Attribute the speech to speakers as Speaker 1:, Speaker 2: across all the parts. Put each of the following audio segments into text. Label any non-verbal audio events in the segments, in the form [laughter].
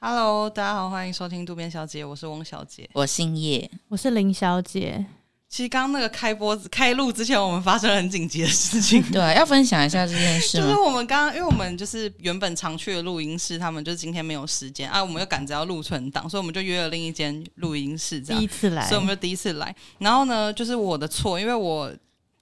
Speaker 1: Hello，大家好，欢迎收听渡边小姐，我是翁小姐。
Speaker 2: 我姓叶，
Speaker 3: 我是林小姐，
Speaker 1: 其实刚刚那个开播开录之前，我们发生了很紧急的事情，
Speaker 2: 对啊，要分享一下这件事
Speaker 1: 就是
Speaker 2: 吗？
Speaker 1: 我们刚刚，因为我们就是原本常去的录音室，他们就是今天没有时间啊，我们又赶着要录存档，所以我们就约了另一间录音室，这
Speaker 3: 第
Speaker 1: 样
Speaker 3: 一，次来
Speaker 1: 所以，我们就第一次来。然后呢，就是我的错，因为我。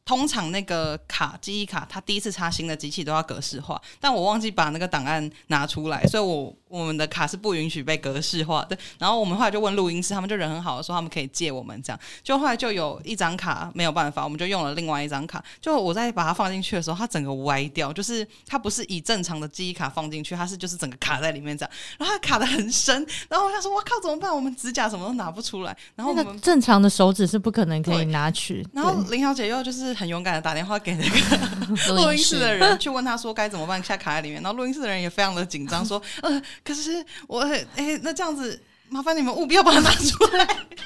Speaker 1: 通常那个卡记忆卡，它第一次插新的机器都要格式化，但我忘记把那个档案拿出来，所以我我们的卡是不允许被格式化的。然后我们后来就问录音师，他们就人很好，说他们可以借我们这样。就后来就有一张卡没有办法，我们就用了另外一张卡。就我在把它放进去的时候，它整个歪掉，就是它不是以正常的记忆卡放进去，它是就是整个卡在里面这样，然后它卡的很深。然后我想说，我靠，怎么办？我们指甲什么都拿不出来。然后我
Speaker 3: 那
Speaker 1: 们、
Speaker 3: 个正常的手指是不可能可
Speaker 1: 对
Speaker 3: 以拿取。
Speaker 1: 然后林小姐又就是很勇敢的打电话给那个录
Speaker 2: [laughs] 录
Speaker 1: 音
Speaker 2: 音
Speaker 1: 室
Speaker 2: 室
Speaker 1: 的人，去问他说该怎么办，下卡在里面。然后录音室的人也非常的紧
Speaker 2: [laughs]
Speaker 1: 张，说：“呃，可是我哎、那这样子麻烦你们务必要把它拿出来。” [laughs]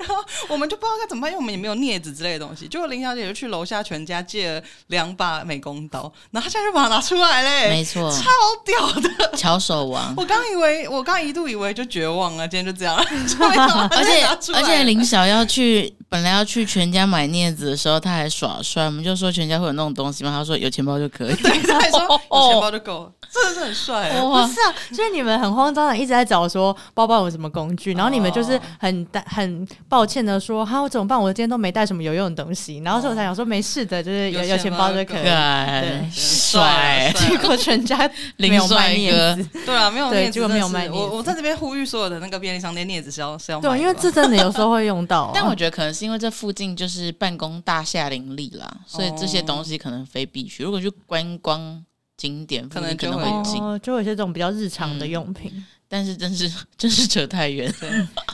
Speaker 1: 然后我们就不知道该怎么办，因为我们也没有镊子之类的东西。结果林小姐就去楼下全家借了两把美工刀，然后她现在就把它拿出来嘞，
Speaker 2: 没错，
Speaker 1: 超屌的！
Speaker 2: 巧手王。
Speaker 1: 哎 [laughs] 我刚以为，我刚一度以为就绝望了，今天就
Speaker 2: [laughs]
Speaker 1: 这样了，就没想到她
Speaker 2: 而
Speaker 1: 现在
Speaker 2: 且
Speaker 1: 拿出来
Speaker 2: 而且
Speaker 1: 了
Speaker 2: 林晓要去，本来要去全家买镊子的时候，他还耍帅。我们就说全家会有那种东西吗？他说有钱包就可以。
Speaker 1: 对，他还说
Speaker 2: 哦
Speaker 1: 有钱包就够了，真的是很帅、欸。
Speaker 3: 不是啊，就是你们很慌张的一直在找说包包有什么工具，然后你们就是很担很抱歉的说，哈，我怎么办？我今天都没带什么有用的东西。然后所以我才想说没事的，就是有
Speaker 1: 有
Speaker 3: 有
Speaker 1: 钱
Speaker 3: 钱
Speaker 1: 包
Speaker 3: 包
Speaker 1: 就
Speaker 3: 就
Speaker 1: 够
Speaker 3: 可以。
Speaker 2: 对，
Speaker 3: 对
Speaker 2: 哎帅
Speaker 1: 帅啊帅啊
Speaker 3: [laughs] 结果全家
Speaker 2: 林
Speaker 3: 没有卖
Speaker 2: 帅
Speaker 3: 面
Speaker 2: 哥
Speaker 3: 子，
Speaker 1: 对啊，没有
Speaker 3: 对
Speaker 1: 镊子
Speaker 3: 结果没有
Speaker 1: 真的是
Speaker 3: 卖镊子
Speaker 1: 我我在这边呼吁所有的那个便利商店镊子是要是要买的
Speaker 3: 对，因为
Speaker 1: 吧
Speaker 3: 这真的有时候会用到啊、
Speaker 2: 但我觉得可能是因为这附近就是办公大厦林立啦，所以这些东西可能非必须。如果去观光景点，
Speaker 1: 哦可能
Speaker 2: 可
Speaker 1: 就
Speaker 2: 能
Speaker 1: 会
Speaker 2: 会进，
Speaker 3: 哦，就有些这种嗯比较日常的用品，
Speaker 2: 但是真是真是扯太远。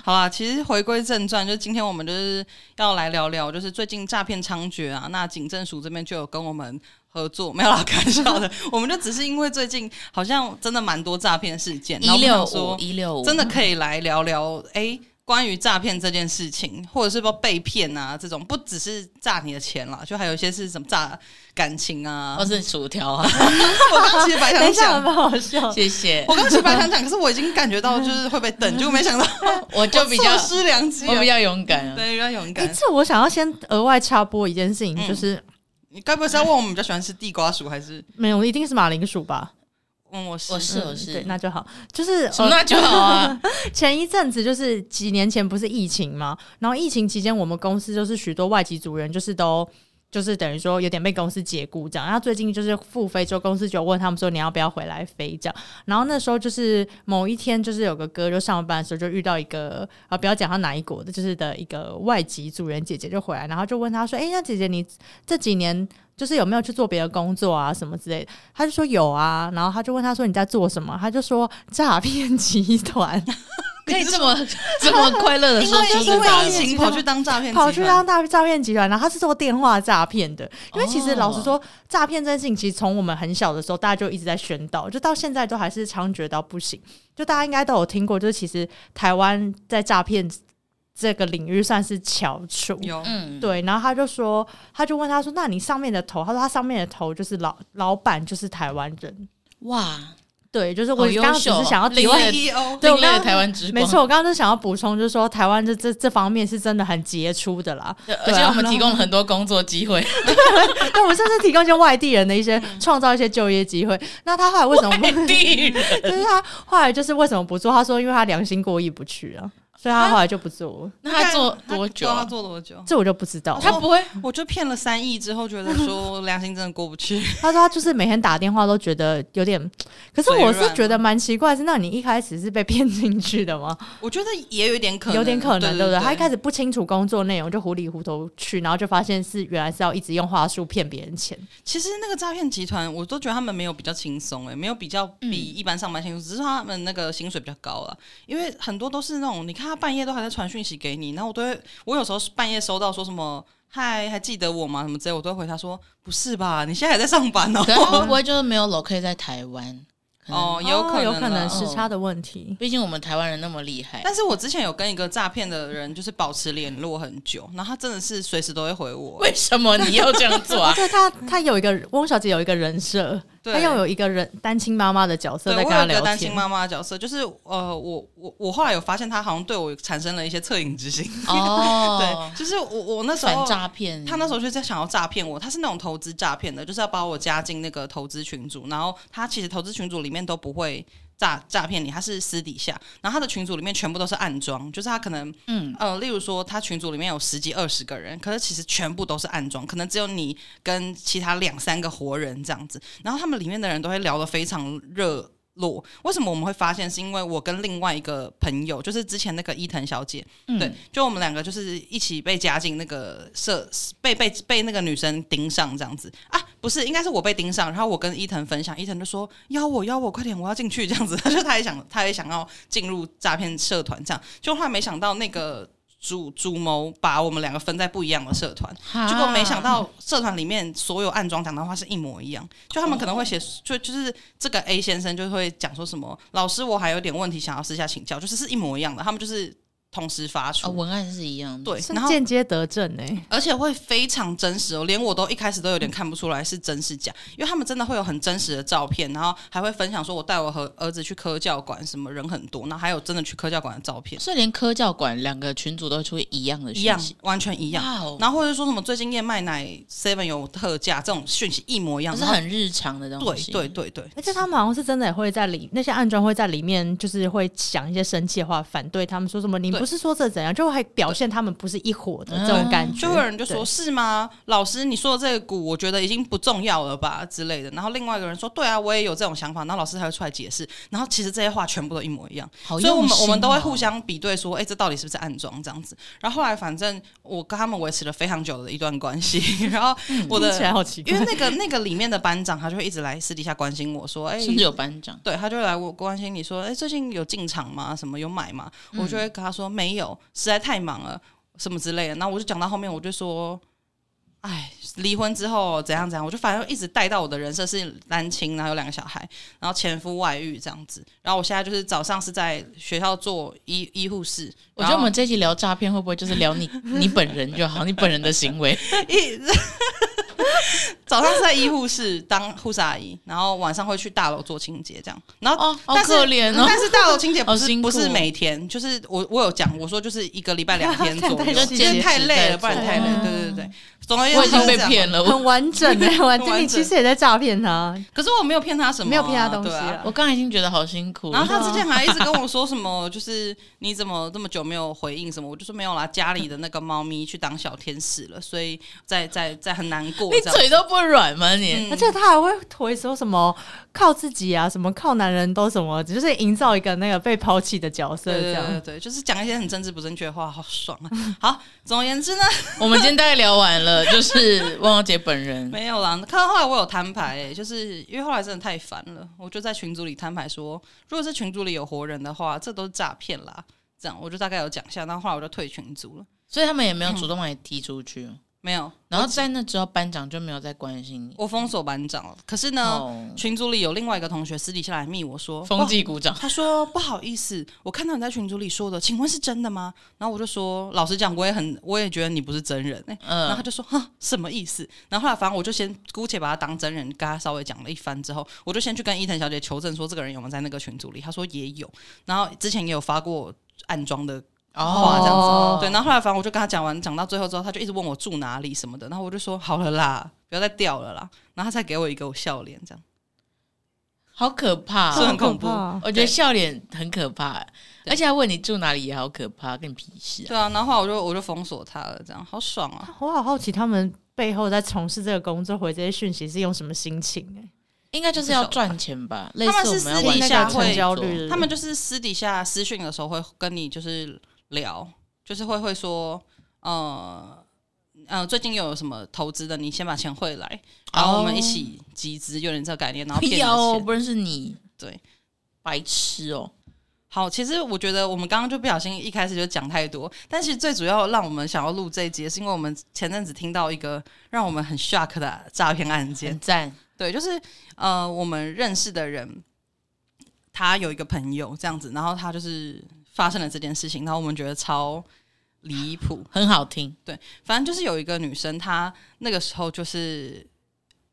Speaker 1: 好啦，其实回归正传，就今天我们就是要来聊聊，就是最近诈骗猖獗啊。那警政署这边就有跟我们合作，没有啦，开玩笑
Speaker 3: [laughs]
Speaker 1: 的。我们就只是因为最近好像真的蛮多诈骗事件，然后
Speaker 2: 一
Speaker 1: 我们
Speaker 2: 六
Speaker 1: 想说
Speaker 2: 五一六五，
Speaker 1: 真的可以来聊聊，哎、关于诈骗这件事情，或者是说被骗啊，这种不只是诈你的钱啦，就还有一些是什么诈感情啊
Speaker 2: 或。是薯条啊，
Speaker 1: [laughs] 我刚刚其实白
Speaker 3: [laughs] 等
Speaker 1: 想
Speaker 3: 一下
Speaker 1: 讲，
Speaker 3: 蛮好
Speaker 2: [laughs]
Speaker 3: 笑。
Speaker 2: 谢谢。
Speaker 1: [laughs] 我刚刚其实白想讲，可是我已经感觉到就是会被等，就没想到
Speaker 2: 我就比
Speaker 3: [laughs]
Speaker 2: 较
Speaker 1: 错失良机
Speaker 2: 我
Speaker 1: 了
Speaker 2: 比。较勇敢啊。
Speaker 1: 对，比较勇
Speaker 3: 哎、
Speaker 1: 敢。
Speaker 3: 这我想要先额外插播一件事情，
Speaker 1: 嗯
Speaker 3: 就是
Speaker 1: 你该不会是要问我们比较喜欢吃地瓜薯还是？
Speaker 3: 没有，一定是马铃薯吧？
Speaker 1: 嗯，我是
Speaker 2: 我是
Speaker 3: 嗯
Speaker 2: 我是
Speaker 3: 对，，那就好。就是
Speaker 2: 什么那就好啊。
Speaker 3: 呃 [laughs] 前一阵子就是几年前不是疫情嘛，然后疫情期间我们公司就是许多外籍族人就是都。就是等于说有点被公司解雇这样，然后最近就是赴非洲，公司就有问他们说你要不要回来飞这样，然后那时候就是某一天就是有个哥就上班的时候就遇到一个啊不要讲他哪一国的，就是的一个外籍族人姐姐就回来，然后就问他说，哎、那姐姐你这几年就是有没有去做别的工作啊什么之类的他就说有啊，然后他就问他说你在做什么，他就说诈骗集团
Speaker 2: [laughs] 可以这么 [laughs] 这么快乐的
Speaker 1: 因
Speaker 2: 说
Speaker 1: 为
Speaker 2: 出
Speaker 1: 就是
Speaker 2: 这
Speaker 1: 为
Speaker 2: 个
Speaker 1: 了疫情跑去当诈骗集团，
Speaker 3: 跑去当大诈骗集团，然后他是做电话诈骗的，因为其
Speaker 2: 哦
Speaker 3: 实老实说，诈骗这件事情其实从我们很小的时候大家就一直在宣导，就到现在都还是猖獗到不行，就大家应该都有听过，就是其实台湾在诈骗这个领域算是翘楚，
Speaker 1: 有
Speaker 2: 嗯，
Speaker 3: 对，然后他就说，他就问他说，那你上面的头，他说他上面的头就是老老板就是台湾人，
Speaker 2: 哇，
Speaker 3: 对，就是
Speaker 2: 好
Speaker 3: 我
Speaker 2: 优
Speaker 3: 刚刚只
Speaker 2: 秀哦
Speaker 3: 是想要
Speaker 2: 另
Speaker 3: 提
Speaker 2: 外
Speaker 3: 问
Speaker 1: CEO
Speaker 3: 对
Speaker 2: 另
Speaker 3: 我刚
Speaker 2: 类
Speaker 3: 刚
Speaker 2: 的台湾之光，
Speaker 3: 没错，，我刚刚就想要补充，就是说台湾这这这方面是真的很杰出的啦。
Speaker 2: 而且我们提供了很多工作机会， [laughs]
Speaker 3: [laughs] 那哎我们甚至提供一些外地人的一些
Speaker 1: 嗯
Speaker 3: 创造一些就业机会。那他后来为什么不？
Speaker 2: 地狱
Speaker 3: [laughs] 就是他后来就是为什么不做？他说因为他良心过意不去啊，所以他后来就不做。
Speaker 2: 那他做多久
Speaker 1: 他
Speaker 2: [laughs] 啊？
Speaker 1: 做多久？
Speaker 3: 这我就不知道了。
Speaker 2: 他不会，
Speaker 1: 我就骗了三亿之后，觉得说良心真的过不去。 [laughs]
Speaker 3: 他说他就是每天打电话都觉得有点，可是
Speaker 1: 嘴
Speaker 3: 我是
Speaker 1: 软啊
Speaker 3: 觉得蛮奇怪，是那你一开始是被骗进去的吗？
Speaker 1: 我觉得也有一点可能，
Speaker 3: 有点可能，
Speaker 1: 对
Speaker 3: 对不对？他一开
Speaker 1: 始
Speaker 3: 始不清楚工作内容，就糊里糊涂去，然后就发现是原来是要一直用话术骗别人钱。
Speaker 1: 其实那个诈骗集团，我都觉得他们没有比较轻松，哎，没有比较比
Speaker 3: 嗯
Speaker 1: 一般上班轻松，只是说他们那个薪水比较高了。因为很多都是那种，你看他半夜都还在传讯息给你，然后我都会，我有时候半夜收到说什么“嗨，还记得我吗”什么之类，我都会回他说：“不是吧，你现在还在上班哦
Speaker 2: 可。是他会不会就是没有 locate 在台湾？”可能
Speaker 1: 哦，有可能，
Speaker 3: 哦
Speaker 1: 嗯
Speaker 3: 有可能
Speaker 1: 是。
Speaker 3: 时差的问题。
Speaker 2: 毕竟我们台湾人那么厉害，
Speaker 1: 但是我之前有跟一个诈骗的人就是保持联络很久，然后他真的是随时都会回我。
Speaker 3: [laughs]
Speaker 2: 为什么你要这样做啊？
Speaker 3: 对他，他有一个翁小姐有一个人设，
Speaker 1: 对，
Speaker 3: 他要有一个人单亲妈妈的角色
Speaker 1: 对，
Speaker 3: 在
Speaker 1: 我
Speaker 3: 跟
Speaker 1: 有
Speaker 3: 他
Speaker 1: 一个
Speaker 3: 聊
Speaker 1: 单亲
Speaker 3: 天。
Speaker 1: 妈妈的角色，就是呃，我我我后来有发现，他好像对我产生了一些恻隐之心。
Speaker 2: 哦
Speaker 1: 对，，就是我我那时
Speaker 2: 反
Speaker 1: 候，
Speaker 2: 诈骗，
Speaker 1: 他那时候就在想要诈骗我，他是那种投资诈骗的，就是要把我加进那个投资群组，然后他其实投资群组里面都不会。诈诈骗你，他是私底下，然后他的群组里面全部都是暗装，就是他可能
Speaker 2: 嗯，
Speaker 1: 呃，例如说，他群组里面有十几二十个人，可是其实全部都是暗装，可能只有你跟其他两三个活人这样子。然后他们里面的人都会聊得非常热络。为什么我们会发现？是因为我跟另外一个朋友，就是之前那个伊藤小姐，
Speaker 2: 嗯
Speaker 1: 对，就我们两个就是一起被加进那个社，被被被那个女生盯上这样子啊，不是，应该是我被盯上，然后我跟伊藤分享，伊藤就说邀我邀我，快点，我要进去这样子，他 [laughs] 就他也想他也想要进入诈骗社团这样，就后来没想到那个主主谋把我们两个分在不一样的社团，
Speaker 2: 哈
Speaker 1: 结果没想到社团里面所有暗装讲的话是一模一样，就他们可能会写，
Speaker 2: 哦
Speaker 1: 就就是这个 A 先生就会讲说什么老师我还有点问题想要私下请教，就是是一模一样的，他们就是同时发
Speaker 2: 啊，
Speaker 1: 出，
Speaker 2: 文案是一样的，
Speaker 1: 对，
Speaker 3: 是
Speaker 1: 然后
Speaker 3: 间接得证哎、
Speaker 1: 而且会非常真实哦，连我都一开始都有点看不出来是真是假，因为他们真的会有很真实的照片，然后还会分享说我带我和儿子去科教馆，什么人很多，然后还有真的去科教馆的照片，
Speaker 2: 所以连科教馆两个群组都会出现一样的
Speaker 1: 一
Speaker 2: 讯
Speaker 1: 样
Speaker 2: 息，
Speaker 1: 完全一样。
Speaker 2: 哇哦，
Speaker 1: 然后或者说什么最近燕麦奶 Seven 有特价这种讯息一模一样，
Speaker 2: 这是
Speaker 1: 然后
Speaker 2: 很日常的东
Speaker 1: 对
Speaker 2: 西，
Speaker 1: 对对对，
Speaker 3: 而且他们好像是真的也会在里那些暗装会在里面，就是会讲一些生气的话，反对他们说什么“你
Speaker 1: 对
Speaker 3: 不是说这怎样”，就还表现他们不是一伙的
Speaker 2: 对
Speaker 3: 这种感觉。
Speaker 1: 就会有人就说：“
Speaker 3: 对
Speaker 1: 是吗？老师，你说的这个股，我觉得已经不重要了吧之类的。”然后另外一个人说：“对啊，我也有这种想法。”然后老师才会出来解释。然后其实这些话全部都一模一样，
Speaker 2: 好
Speaker 1: 所以我
Speaker 2: 用
Speaker 1: 们
Speaker 2: 心哦
Speaker 1: 我们都会互相比对说：“哎、这到底是不是暗装？”这样子。然后后来反正我跟他们维持了非常久的一段关系。 [laughs] 然后
Speaker 2: 嗯
Speaker 1: 我
Speaker 3: 听
Speaker 1: 的
Speaker 3: 起来好奇
Speaker 1: 因
Speaker 3: 怪
Speaker 1: 为。那个那个里面的班长，他就会一直来私底下关心我说：“哎、
Speaker 2: 甚至有班长，
Speaker 1: 对，他就会来我关心你说，哎、最近有进场吗？什么有买吗？我
Speaker 2: 嗯
Speaker 1: 就会跟他说没有，实在太忙了，什么之类的。然后我就讲到后面，我就说，哎，离婚之后怎样怎样，我就反正一直带到我的人设是单亲，然后有两个小孩，然后前夫外遇这样子。然后我现在就是早上是在学校做医医护室，
Speaker 2: 我觉得我们
Speaker 1: 然
Speaker 2: 这一集聊诈骗会不会就是
Speaker 1: [laughs]
Speaker 2: 聊你你本人就好，你本人的行为，
Speaker 1: 后一 [laughs] 早上是在医护室当护士阿姨，然后晚上会去大楼做清洁这样。然后
Speaker 2: [laughs] 哦，好
Speaker 1: 但是
Speaker 2: 可怜哦，
Speaker 1: 但是大楼清洁不
Speaker 2: 好
Speaker 1: 是
Speaker 2: 辛苦哦
Speaker 1: 不是每天，就是我我有讲，我说就是一个礼拜两
Speaker 2: [laughs]
Speaker 1: 天左
Speaker 3: 看太
Speaker 1: 右，
Speaker 2: 细
Speaker 1: 因为
Speaker 2: 节
Speaker 1: 太累了，
Speaker 2: 在做
Speaker 1: 不然太累。对对对，对总而言之
Speaker 2: 我已经被
Speaker 1: 是这样。
Speaker 2: 骗了，我
Speaker 3: 很完整的，
Speaker 1: [laughs]
Speaker 3: 完
Speaker 1: 很完整
Speaker 3: 整。你其实也在诈骗他，
Speaker 1: 可是我没有骗他什么啊，
Speaker 3: 没有骗他东西
Speaker 1: 对啊
Speaker 3: 啊
Speaker 2: 我刚才已经觉得好辛苦了，
Speaker 1: 然后他之前还一直跟我说什
Speaker 2: [laughs]
Speaker 1: 么，就是你怎么这么久没有回应什么？我就说没有啦，家里的那个猫咪去当小天使了，所以在在在很难过
Speaker 2: 你
Speaker 1: 这样。
Speaker 2: 嘴都不软吗你？
Speaker 1: 嗯
Speaker 3: 而且他还会推说什么靠自己啊，什么靠男人都什么，就是营造一个那个被抛弃的角色
Speaker 1: 对
Speaker 3: 这
Speaker 1: 对对
Speaker 3: 样。
Speaker 1: 对，就是讲一些很政治不正确的话，好爽啊！好，总而言之呢，
Speaker 2: 我们今天大概聊完了，
Speaker 1: [laughs]
Speaker 2: 就是汪汪姐本人，
Speaker 1: 没有啦，看到后来我有摊牌、欸，就是因为后来真的太烦了，我就在群组里摊牌说，如果是群组里有活人的话，这都是诈骗啦。这样我就大概有讲一下，然后后来我就退群组了。
Speaker 2: 所以他们也
Speaker 1: 嗯
Speaker 2: 没有主动把你踢出去。
Speaker 1: 没有，
Speaker 2: 然后在那之后，班长就没有再关心你。
Speaker 1: 我封锁班长了。可是呢，
Speaker 2: 哦，
Speaker 1: 群组里有另外一个同学私底下来密我说，
Speaker 2: 风纪鼓掌
Speaker 1: 哇。他说不好意思，我看到你在群组里说的，请问是真的吗？然后我就说，老实讲，我也很，我也觉得你不是真人、欸然后他
Speaker 2: 嗯，
Speaker 1: 就说：“哈，什么意思？”然后后来，反正我就先姑且把他当真人，跟他稍微讲了一番之后，我就先去跟伊藤小姐求证说这个人有没有在那个群组里。她说也有，然后之前也有发过暗装的话这样子。
Speaker 3: 哦
Speaker 1: 对，然后后来反正我就跟他讲完，讲到最后之后，他就一直问我住哪里什么的，然后我就说：“好了啦，不要再掉了啦。”然后他才给我一个笑脸，这样
Speaker 2: 好可怕
Speaker 1: 是
Speaker 2: 哦、
Speaker 1: 很恐怖
Speaker 3: 好可怕
Speaker 2: 我觉得笑脸很可怕，而且还问你住哪里也好可怕，跟你屁事啊！
Speaker 1: 对啊。然后后来我就我就封锁他了，这样好爽啊！
Speaker 3: [laughs] 我好好奇他们背后在从事这个工作回这些讯息是用什么心情、欸？
Speaker 2: 应该就是要赚钱吧，类
Speaker 1: 们
Speaker 2: 似
Speaker 1: 是
Speaker 2: 我们要
Speaker 1: 私
Speaker 2: 玩
Speaker 1: 底下
Speaker 2: 社团
Speaker 1: 会
Speaker 3: 焦
Speaker 2: 哦
Speaker 3: 虑的
Speaker 1: 他们就是私底下私讯的时候会跟你就是聊，就是会会说，呃呃，最近又有什么投资的，你先把钱汇来，然后我们一起集资，有点这个概念，然后
Speaker 2: 不
Speaker 1: 骗你的
Speaker 2: 要哦，
Speaker 1: 钱。
Speaker 2: 不认识你，
Speaker 1: 对，
Speaker 2: 白痴哦！
Speaker 1: 好，其实我觉得我们刚刚就不小心一开始就讲太多，但是最主要让我们想要录这一集，是因为我们前阵子听到一个让我们很 shock 的诈骗案件
Speaker 2: 点。赞，
Speaker 1: 对，就是呃，我们认识的人，他有一个朋友这样子，然后他就是发生了这件事情，然后我们觉得超离谱。
Speaker 2: 很好听，
Speaker 1: 反正就是有一个女生，她那个时候就是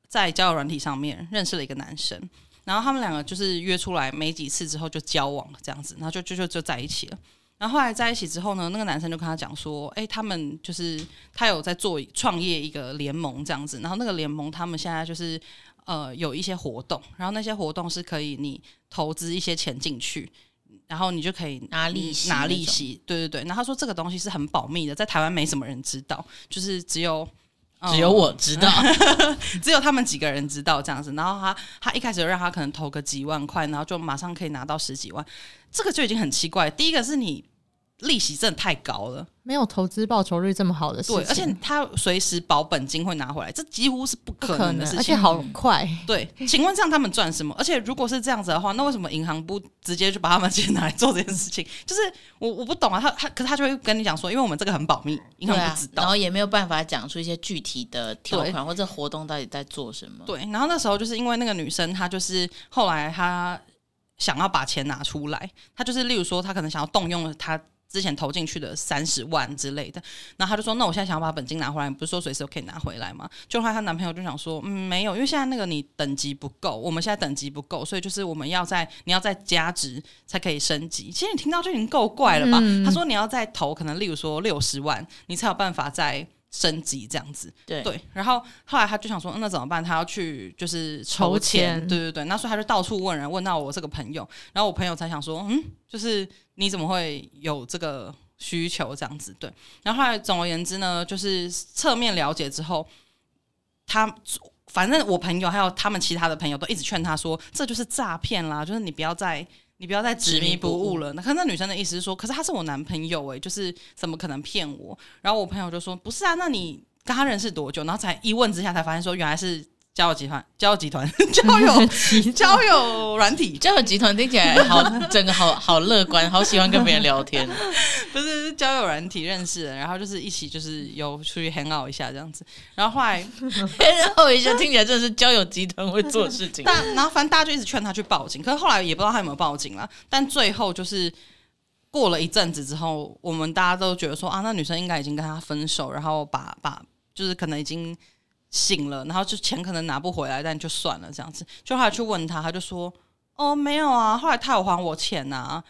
Speaker 1: 在交友软体上面认识了一个男生，然后他们两个就是约出来没几次之后就交往了这样子，然后就就就就在一起了。然后后来在一起之后呢，那个男生就跟他讲说，哎、他们就是他有在做创业一个联盟这样子，然后那个联盟他们现在就是呃有一些活动，然后那些活动是可以你投资一些钱进去，然后你就可以
Speaker 2: 拿利息
Speaker 1: 拿
Speaker 2: 那
Speaker 1: 利
Speaker 2: 种
Speaker 1: 息，对对对。然后他说这个东西是很保密的，在台湾没什么人知道，就是只有。呃
Speaker 2: 只有我知 [laughs] 道，
Speaker 1: 只有他们几个人知道这样子。然后他他一开始就让他可能投个几万块，然后就马上可以拿到十几万，这个就已经很奇怪。第一个是你利息真的太高了，
Speaker 3: 没有投资报酬率这么好的事情，
Speaker 1: 对，而且他随时保本金会拿回来，这几乎是不
Speaker 3: 不
Speaker 1: 可
Speaker 3: 可
Speaker 1: 能的
Speaker 3: 能
Speaker 1: 事，情。
Speaker 3: 而且好
Speaker 1: [laughs]
Speaker 3: 快。
Speaker 1: 对，请问这样他们赚什么？而且如果是这样子的话，那为什么银行不直接就把他们钱拿来做这件事情？就是我我不懂啊，他他可是他就会跟你讲说，因为我们这个很保密，银行
Speaker 2: 对啊
Speaker 1: 不知道
Speaker 2: 然。后也没有办法讲出一些具体的条
Speaker 1: 对
Speaker 2: 款或者活动到底在做什么。
Speaker 1: 对，然后那时候就是因为那个女生，她就是后来她想要把钱拿出来，她就是例如说，她可能想要动用她之前投进去的三十万之类的，然后她就说：“那我现在想要把本金拿回来，你不是说随时都可以拿回来吗？”就后来她男朋友就想说：“嗯，没有，因为现在那个你等级不够，我们现在等级不够，所以就是我们要在你要再加值才可以升级。其实你听到就已经够怪了吧？”
Speaker 3: 嗯
Speaker 1: 她说：“你要再投，可能例如说六十万，你才有办法再升级这样子。”
Speaker 2: 对
Speaker 1: 对，然后后来他就想说，嗯那怎么办？他要去就是
Speaker 3: 筹
Speaker 1: 筹钱，
Speaker 3: 钱
Speaker 1: 对对对。那所以他就到处问人，问到我这个朋友，然后我朋友才想说，嗯，就是你怎么会有这个需求这样子？对。然后后来总而言之呢，就是侧面了解之后，他反正我朋友还有他们其他的朋友都一直劝他说，这就是诈骗啦，就是你不要再。你不要再执
Speaker 2: 执迷
Speaker 1: 迷不
Speaker 2: 不
Speaker 1: 悟
Speaker 2: 悟
Speaker 1: 了。那可是那女生的意思是说，可是他是我男朋友诶、就是怎么可能骗我？然后我朋友就说：“不是啊，那你跟他认识多久？”然后才一问之下才发现说，原来是交友集团、交友集团、 [laughs] 交友交友软体，
Speaker 2: 交友集团听起来好， [laughs] 整个好好乐观，好喜欢跟别人聊天。
Speaker 1: 不是是交友软体认识的。然后就是一起就是有出去 hang out 一下这样子。然后后来，
Speaker 2: [laughs] 然后一下听起来真的是交友集团会做的事
Speaker 1: [laughs]
Speaker 2: 情。
Speaker 1: 但然后反正大家就一直劝他去报警，可是后来也不知道他有没有报警啦。但最后就是。过了一阵子之后，我们大家都觉得说啊，那女生应该已经跟他分手，然后把把就是可能已经醒了，然后就钱可能拿不回来，但就算了这样子。就后来去问他，他就说：“哦，没有啊，后来他有还我钱呐、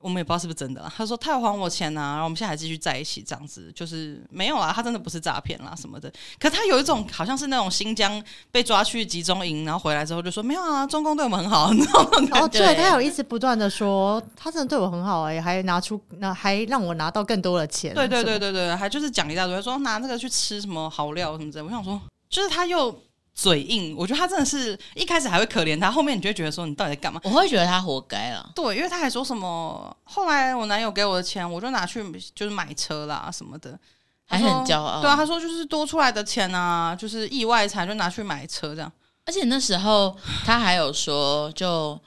Speaker 1: 我们也不知道是不是真的啊啦。他说他有还我钱呐、然后我们现在还继续在一起，这样子就是没有啊，他真的不是诈骗啦什么的。可他有一种好像是那种新疆被抓去集中营，然后回来之后就说没有啊，中共对我们很
Speaker 2: [laughs]
Speaker 1: 好，你知道吗？
Speaker 3: 哦，
Speaker 2: 对
Speaker 3: 对，他有一直不断的说，他真的对我很好哎、还拿出那还让我拿到更多的
Speaker 1: [laughs]
Speaker 3: 钱。
Speaker 1: 对对
Speaker 3: 什么
Speaker 1: 对，对对，还就是讲一大堆，说拿这个去吃什么好料什么之类。我想说，就是他又嘴硬，我觉得他真的是一开始还会可怜他，后面你就会觉得说你到底在干嘛？
Speaker 2: 我会觉得他活该了。
Speaker 1: 对，因为他还说什么，后来我男友给我的钱，我就拿去就是买车啦什么的，
Speaker 2: 还很
Speaker 1: 他说
Speaker 2: 骄傲
Speaker 1: 对啊，他说就是多出来的钱啊，就是意外财就拿去买车这样。
Speaker 2: 而且那时候他还有说，就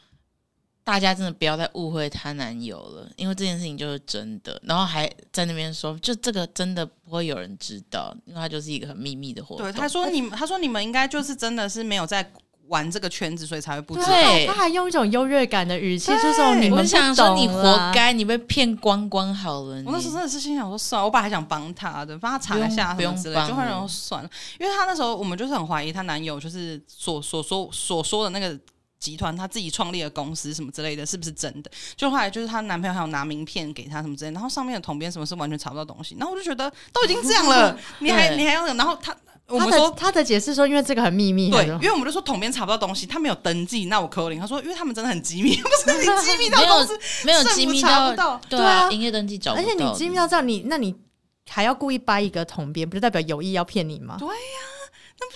Speaker 2: 大家真的不要再误会她男友了，因为这件事情就是真的。然后还在那边说，就这个真的不会有人知道，因为它就是一个很秘密的活动。
Speaker 1: 对，他说你们，他说你们应该就是真的是没有在玩这个圈子，所以才会不知道。
Speaker 2: 对啊
Speaker 3: 他还用一种优越感的语气，
Speaker 1: 对
Speaker 3: 就说你们
Speaker 2: 我
Speaker 3: 不
Speaker 2: 就想说你
Speaker 3: 懂啊
Speaker 2: 活
Speaker 3: 啦。
Speaker 2: 该，你被骗光光好了。
Speaker 1: 我那时候
Speaker 2: 你
Speaker 1: 真的是心想说，算了，我本来还想帮他的，帮他查一下
Speaker 2: 不
Speaker 1: 什
Speaker 2: 用
Speaker 1: 么之类
Speaker 2: 不
Speaker 1: 的，
Speaker 2: 用
Speaker 1: 就后来
Speaker 2: 帮
Speaker 1: 说
Speaker 2: 了
Speaker 1: 算了，因为她那时候我们就是很怀疑她男友就是所所说所说的那个集团，他自己创立的公司什么之类的，是不是真的？就后来就是她男朋友还有拿名片给她什么之类的，然后上面的统编什么是完全查不到东西，然后我就觉得都已经这样
Speaker 2: [laughs]
Speaker 1: 了，你还
Speaker 2: 对
Speaker 1: 你还要，然后他我
Speaker 3: 他
Speaker 1: 们说
Speaker 3: 的他的解释说，因为这个很秘密。
Speaker 1: 对，
Speaker 3: 他
Speaker 1: 因
Speaker 3: 说
Speaker 1: 为我们就说统编查不到东西，他没有登记，那我扣零。他说，因为他们真的很机密，不 [laughs] 是你机
Speaker 3: [laughs]
Speaker 1: 密到
Speaker 2: 没有
Speaker 1: 公司
Speaker 2: 没有
Speaker 1: 政府
Speaker 2: 机密
Speaker 1: 查
Speaker 2: 到
Speaker 1: 不到
Speaker 2: 对
Speaker 3: 对
Speaker 2: 啊，
Speaker 3: 啊
Speaker 2: 营业登记找不
Speaker 3: 而
Speaker 2: 到的，
Speaker 3: 且你机密要这样，你那你还要故意掰一个统编，不就代表有意要骗你吗？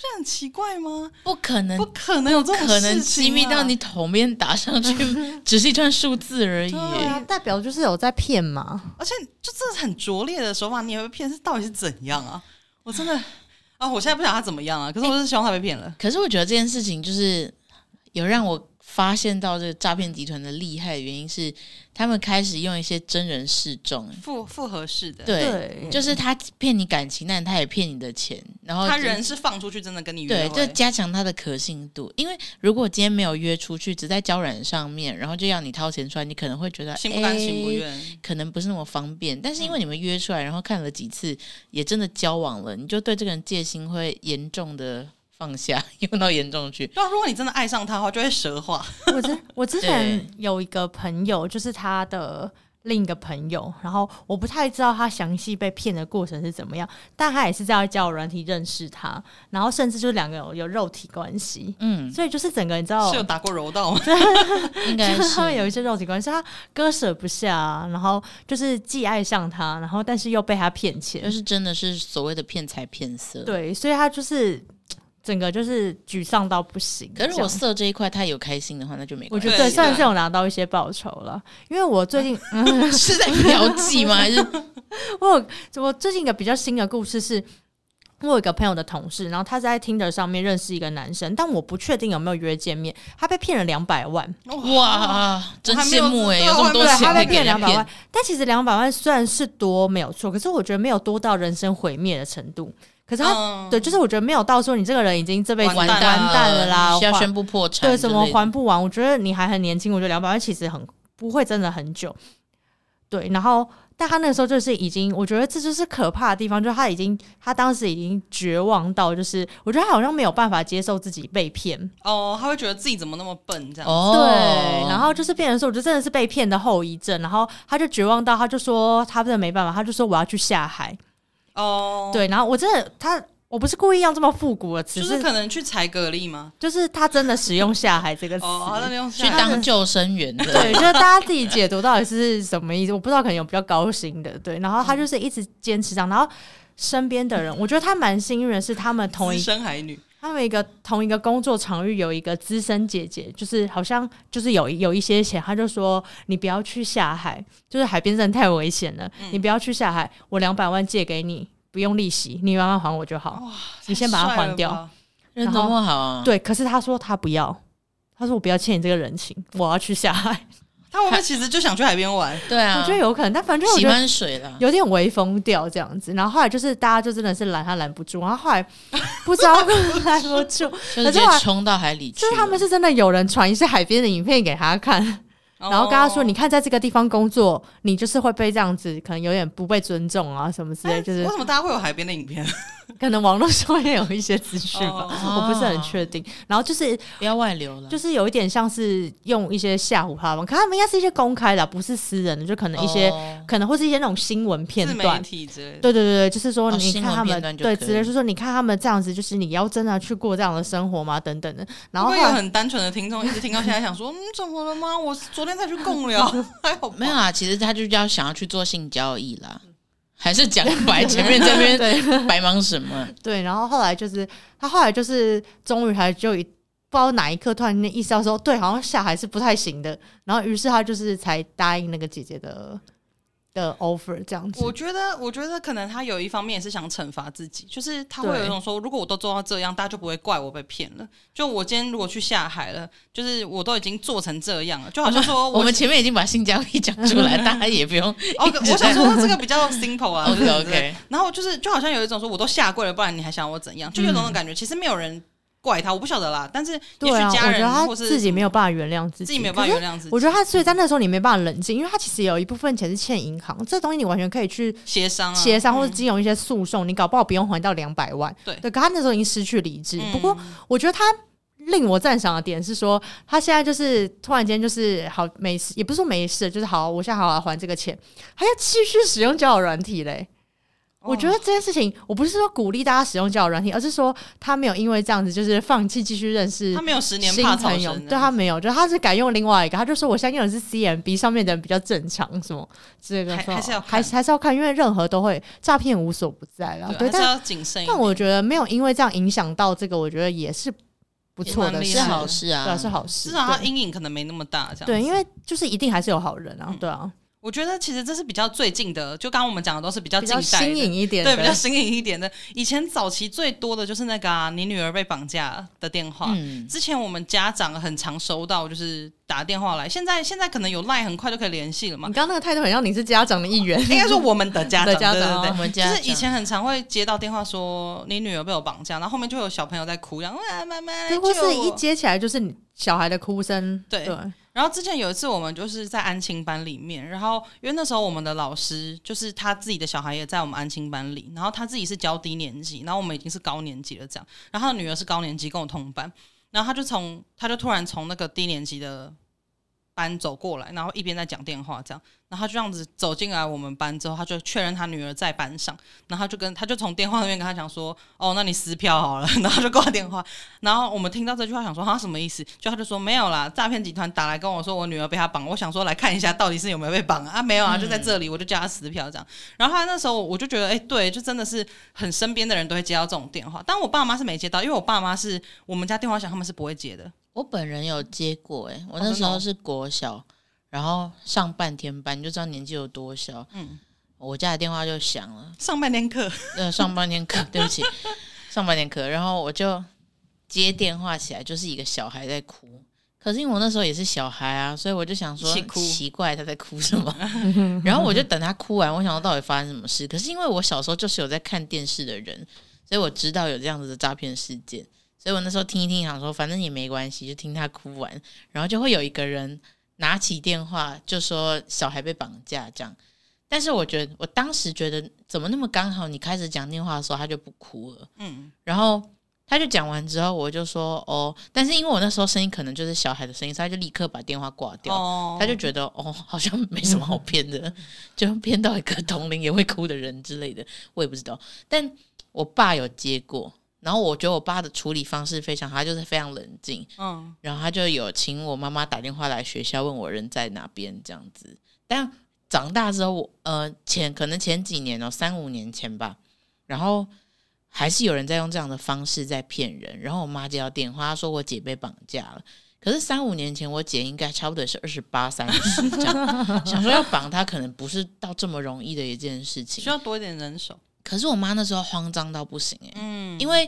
Speaker 1: 这很奇怪吗？
Speaker 2: 不可能
Speaker 1: 不可能有这种
Speaker 2: 可能
Speaker 1: 事情
Speaker 2: 机密
Speaker 1: 啊
Speaker 2: 到你头面打上去，只是一串数字而已。
Speaker 1: 对
Speaker 3: 对啊，代表就是有在骗嘛。
Speaker 1: 而且就这很拙劣的手法，你也被骗，是到底是怎样啊？我真的啊，我现在不想他怎么样啊，可是我就是希望他被骗了。
Speaker 2: 可是我觉得这件事情就是有让我发现到这个诈骗集团的厉害的原因是，他们开始用一些真人示众，哎
Speaker 1: 复复合式的，
Speaker 2: 对，
Speaker 3: 对
Speaker 2: 就是他骗你感情，但他也骗你的钱，然后
Speaker 1: 他
Speaker 2: 就
Speaker 1: 人是放出去，真的跟你约
Speaker 2: 对，
Speaker 1: 会
Speaker 2: 就加强它的可信度。因为如果今天没有约出去，只在交软上面，然后就要你掏钱出来，你可能会觉得
Speaker 1: 心不甘
Speaker 2: 诶
Speaker 1: 情不愿。
Speaker 3: 哎
Speaker 2: 可能不是那么方便。但是因为你们约出来，然后看了几次，也真的交往了，你就对这个人戒心会严重的放下， [laughs] 用到严重去。
Speaker 1: 对啊，如果你真的爱上他的话，就会蛇化。
Speaker 3: 我之我之前有一个朋友，就是他的另一个朋友，然后我不太知道他详细被骗的过程是怎么样，但他也是在交友软体认识他，然后甚至就是两个有有肉体关系，
Speaker 2: 嗯，
Speaker 3: 所以就是整个你知道
Speaker 1: 是。
Speaker 3: [laughs]
Speaker 1: 有打过柔道吗？
Speaker 2: 应 [laughs] 该
Speaker 3: 就是他们有
Speaker 2: 是
Speaker 3: 一些肉体关系，他割舍不下啊、然后就是既爱上他，然后但是又被他骗钱
Speaker 2: 就，是真的是所谓的骗财骗色。，
Speaker 3: 对，所以他就是整个就是沮丧到不行。
Speaker 2: 可是
Speaker 3: 这
Speaker 2: 我
Speaker 3: 样
Speaker 2: 色这一块他有开心的话，那就没
Speaker 3: 我
Speaker 2: 关系。
Speaker 3: 觉得
Speaker 1: 对
Speaker 3: 对，算
Speaker 1: 对
Speaker 3: 是有拿到一些报酬了，因为我最近
Speaker 2: 是在嫖妓吗？
Speaker 3: [laughs]
Speaker 2: 还是
Speaker 3: 我有我最近一个比较新的故事是，我有一个朋友的同事，然后他是在 Tinder 上面认识一个男生，但我不确定有没有约见面，他被骗了两百万，
Speaker 2: 哇，真羡慕
Speaker 1: 我还
Speaker 2: 哎、
Speaker 1: 没有
Speaker 2: 有这么多
Speaker 1: 对
Speaker 2: 钱
Speaker 3: 他
Speaker 2: 可
Speaker 3: 被
Speaker 2: 以给人
Speaker 3: 骗两
Speaker 2: 家
Speaker 3: 百万
Speaker 2: 骗。，
Speaker 3: 但其实两百万虽然是多没有错，可是我觉得没有多到人生毁灭的程度，可是
Speaker 2: 哦
Speaker 3: 他。
Speaker 1: 嗯，
Speaker 3: 对，就是我觉得没有到说你这个人已经这辈子
Speaker 1: 完蛋
Speaker 3: 完蛋了啦，
Speaker 2: 需要
Speaker 3: 还
Speaker 2: 宣布破产之类
Speaker 3: 对
Speaker 2: 的，
Speaker 3: 什么还不完？我觉得你还很年轻，我觉得两百万其实很不会真的很久。对，然后但他那个时候就是已经，我觉得这就是可怕的地方，就是他已经他当时已经绝望到，就是我觉得他好像没有办法接受自己被骗。
Speaker 1: 哦，他会觉得自己怎么那么笨这样。
Speaker 2: 哦，
Speaker 3: 对，然后就是变成说，我觉得真的是被骗的后遗症。然后他就绝望到，他就说他真的没办法，他就说我要去下海。
Speaker 1: 哦，，
Speaker 3: 对，然后我真的他。我不是故意用这么复古的词，
Speaker 1: 就是是可能去踩蛤蜊吗？
Speaker 3: 就是他真的使用“下海”这个词，
Speaker 1: 哦，他那用
Speaker 2: 去当救生员的，
Speaker 3: 对，就是大家自己解读到底是什么意思，我不知道，可能有比较高薪的，对。然后他就是一直坚持这样，然后身边的人，我觉得他蛮幸运的是，他们同
Speaker 1: 资
Speaker 3: 一
Speaker 1: 深海女，
Speaker 3: 他们一个同一个工作场域有一个资深姐姐，就是好像就是有有一些钱，他就说你不要去下海，就是海边真的太危险了，你不要去下海，我两百万借给你，不用利息，你慢慢还我就好。
Speaker 1: 哇，
Speaker 3: 哦你先把它
Speaker 1: 太帅了
Speaker 3: 还掉
Speaker 1: 吧。
Speaker 2: 人多么好啊！
Speaker 3: 对，可是他说他不要。他说：“我不要欠你这个人情，我要去下海。
Speaker 1: 他会不会其实就想去海边玩？
Speaker 2: 对啊，
Speaker 3: 我觉得有可能，但反正我觉
Speaker 2: 喜
Speaker 3: 得
Speaker 2: 欢水啦，
Speaker 3: 有点微风调这样子。然后后来就是大家就真的是拦他拦不住，然后后来不知道拦不住，
Speaker 2: 就是直接冲到海里去
Speaker 3: 就
Speaker 2: 了。
Speaker 3: 是他们是真的有人传一些海边的影片给他看，然后跟他说：“
Speaker 1: 哦
Speaker 3: 你看，在这个地方工作，你就是会被这样子，可能有点不被尊重啊什么之类，就是
Speaker 1: 哎为什么大家会有海边的影片？
Speaker 3: 可能网络上面有一些资讯吧，
Speaker 2: 哦
Speaker 3: 我不是很确定。然后就是
Speaker 2: 不要外流了，
Speaker 3: 就是有一点像是用一些吓唬他们，可他们应该是一些公开的啊，不是私人的，就可能一些、
Speaker 2: 哦
Speaker 3: 可能会是一些那种新闻片
Speaker 1: 自媒
Speaker 3: 段。”
Speaker 1: 体之类的。
Speaker 3: 对对对对，就是说
Speaker 2: 哦
Speaker 3: 你
Speaker 2: 新
Speaker 3: 看
Speaker 2: 闻
Speaker 3: 他
Speaker 2: 片
Speaker 3: 们、
Speaker 2: 段就
Speaker 3: 对，
Speaker 2: 可
Speaker 3: 直
Speaker 2: 以
Speaker 3: 接就是说你看他们这样子，就是你要真的去过这样的生活吗？等等的，然后
Speaker 1: 会不
Speaker 3: 后
Speaker 1: 会有
Speaker 3: 来
Speaker 1: 很单纯的听众一直听到现在，想说，嗯，怎么了吗？我昨天才去共聊， [laughs] 还好吧
Speaker 2: 没有啊。其实他就是要想要去做性交易啦，还是
Speaker 3: [laughs]
Speaker 2: 讲白前面这边 [laughs] 白忙什么？
Speaker 3: 对，然后后来就是他后来就是终于还就一不知道哪一刻突然间意识到说，对，好像下海是不太行的，然后于是他就是才答应那个姐姐的的 offer 这样子
Speaker 1: 我。觉得，我觉得可能他有一方面也是想惩罚自己，就是他会
Speaker 3: 对
Speaker 1: 有一种说，如果我都做到这样，大家就不会怪我被骗了。就我今天如果去下海了，就是我都已经做成这样了，就好像说
Speaker 3: 哦
Speaker 2: 我
Speaker 1: 我
Speaker 2: 们前面已经把性交易讲出
Speaker 3: [laughs]
Speaker 2: 来，大家也不用
Speaker 1: 哦，
Speaker 2: 一直
Speaker 1: 我想
Speaker 2: 在。
Speaker 1: 说这个比较 simple
Speaker 2: [laughs]
Speaker 1: 啊
Speaker 2: OK
Speaker 1: 对对对
Speaker 2: OK，
Speaker 1: 然后就是就好像有一种说，我都下跪了，不然你还想我怎样？就有种感觉，其实没有人怪他，我不晓得啦。但是也
Speaker 3: 嗯对啊，
Speaker 1: 许
Speaker 3: 我
Speaker 1: 家
Speaker 3: 觉得
Speaker 1: 人
Speaker 3: 他
Speaker 1: 或是
Speaker 3: 自己没有办法原谅自己，
Speaker 1: 自己没有办
Speaker 3: 可
Speaker 1: 法
Speaker 3: 是
Speaker 1: 原谅自己，
Speaker 3: 我觉得他所以在那时候你没办法冷静，因为他其实有一部分钱是欠银行，这东西你完全可以去
Speaker 1: 协商啊，
Speaker 3: 协商或
Speaker 1: 嗯
Speaker 3: 者金融一些诉讼，你搞不好不用还到两百万。
Speaker 1: 对
Speaker 3: 可他那时候已经失去理智。
Speaker 1: 嗯
Speaker 3: 不过我觉得他令我赞赏的点是说，他现在就是突然间就是好没事，也不是说没事，就是好，我现在好好还这个钱，还要继续使用交友软体嘞。我觉得
Speaker 1: 哦
Speaker 3: 这件事情，我不是说鼓励大家使用交友软体，而是说他没有因为这样子就是放弃继续认识
Speaker 1: 他没有十年
Speaker 3: 新
Speaker 1: 怕草
Speaker 3: 朋友
Speaker 1: 绳，啊
Speaker 3: 对他没有，就他是改用另外一个，他就说我现在用的是 CMB 上面的人比较正常，什么这个
Speaker 1: 还
Speaker 3: 说哦
Speaker 1: 还是要看
Speaker 3: 还是还是要看，因为任何都会诈骗无所不在啦，
Speaker 1: 对，啊
Speaker 3: 对，
Speaker 1: 还是
Speaker 3: 但
Speaker 1: 要谨慎一点。
Speaker 3: 但我觉得没有因为这样影响到这个，我觉得也是不错
Speaker 1: 也蛮
Speaker 3: 的
Speaker 1: 厉
Speaker 3: 事，
Speaker 2: 是
Speaker 1: 害的
Speaker 2: 好事
Speaker 3: 对啊，
Speaker 2: 啊，
Speaker 3: 是好事，
Speaker 1: 至少他
Speaker 3: 对
Speaker 1: 阴影可能没那么大，这样
Speaker 3: 对，因
Speaker 1: 为
Speaker 3: 为就是一定还是有好人
Speaker 1: 嗯
Speaker 3: 啊，对啊，
Speaker 1: 我觉得其实这是比较最近的，就刚刚我们讲的都是比较
Speaker 3: 比
Speaker 1: 近
Speaker 3: 较
Speaker 1: 代
Speaker 3: 新
Speaker 1: 的。
Speaker 3: 颖一点的，
Speaker 1: 对，比较新颖一点的。以前早期最多的就是那个、啊、你女儿被绑架的电
Speaker 3: 啊
Speaker 1: 话，
Speaker 2: 嗯，
Speaker 1: 之前我们家长很常收到，就是打电话来。现在现在可能有赖，很快就可以联系了嘛
Speaker 3: 你。刚刚那个态度很像你是家长的一
Speaker 1: [laughs]
Speaker 3: 员，
Speaker 1: 应该说我们的家
Speaker 3: 嗯 [laughs] 的
Speaker 1: 长，
Speaker 3: 家
Speaker 1: 对
Speaker 3: 长
Speaker 1: 对
Speaker 2: 我
Speaker 1: 对。
Speaker 2: 们
Speaker 1: 就
Speaker 2: 家
Speaker 1: 是以前很常会接到电话说你女儿被我绑架，然后后面就有小朋友在哭，然后啊妈妈来
Speaker 3: 对，或
Speaker 1: 救
Speaker 3: 是一
Speaker 1: 我
Speaker 3: 接起来就是你小孩的哭声，
Speaker 1: 对
Speaker 3: 对，
Speaker 1: 然后之前有一次，我们就是在安亲班里面，然后因为那时候我们的老师就是他自己的小孩也在我们安亲班里，然后他自己是教低年级，然后我们已经是高年级了这样，然后他的女儿是高年级跟我同班，然后他就从他就突然从那个低年级的班走过来，然后一边在讲电话这样，然后他就这样子走进来我们班之后，他就确认他女儿在班上，然后他就跟他就从电话那边跟他讲说，哦，那你撕票好了，然后他就挂电话，然后我们听到这句话，想说他啊什么意思？就他就说没有啦，诈骗集团打来跟我说我女儿被他绑，我想说来看一下到底是有没有被绑啊？没有啊，就在这里，我就叫他撕票这样。然后他那时候我就觉得，哎、对，就真的是很身边的人都会接到这种电话，但我爸妈是没接到，因为我爸妈是我们家电话响，他们是不会接的。
Speaker 2: 我本人有接过、欸，哎，我
Speaker 1: 哦
Speaker 2: 那
Speaker 1: 真
Speaker 2: 时
Speaker 1: 的哦
Speaker 2: 候是国小，然后上半天班，你就知道年纪有多小。
Speaker 1: 嗯，
Speaker 2: 我家的电话就响了，
Speaker 1: 上半天课，
Speaker 2: 呃，上半天课， [laughs] 对不起，上半天课，然后我就接电话起来，就是一个小孩在哭。可是因为我那时候也是小孩啊，所以我就想说
Speaker 1: 一起，哭
Speaker 2: 奇怪他在哭什么？ [laughs] 然后我就等他哭完，我想说到底发生什么事。可是因为我小时候就是有在看电视的人，所以我知道有这样子的诈骗事件，所以我那时候听一听，想说反正也没关系，就听他哭完，然后就会有一个人拿起电话就说小孩被绑架这样。但是我觉得我当时觉得怎么那么刚好，你开始讲电话的时候他就不哭了，
Speaker 1: 嗯，
Speaker 2: 然后他就讲完之后，我就说哦，但是因为我那时候声音可能就是小孩的声音，所以他就立刻把电话挂掉。
Speaker 1: 哦
Speaker 2: 他就觉得哦，好像没什么好骗的，就骗到一个同龄也会哭的人之类的，我也不知道。但我爸有接过，然后我觉得我爸的处理方式非常好，他就是非常冷静，
Speaker 1: 嗯，
Speaker 2: 然后他就有请我妈妈打电话来学校问我人在哪边这样子。但长大之后，我呃前可能前几年哦，三五年前吧，然后还是有人在用这样的方式在骗人。然后我妈接到电话，她说我姐被绑架了。可是三五年前，我姐应该差不多也是二十八、三十这样，想说要绑她，可能不是到这么容易的一件事
Speaker 1: [laughs]
Speaker 2: 情
Speaker 1: 需。要多一点人手。
Speaker 2: 可是我妈那时候慌张到不行哎、
Speaker 1: 嗯，
Speaker 2: 因为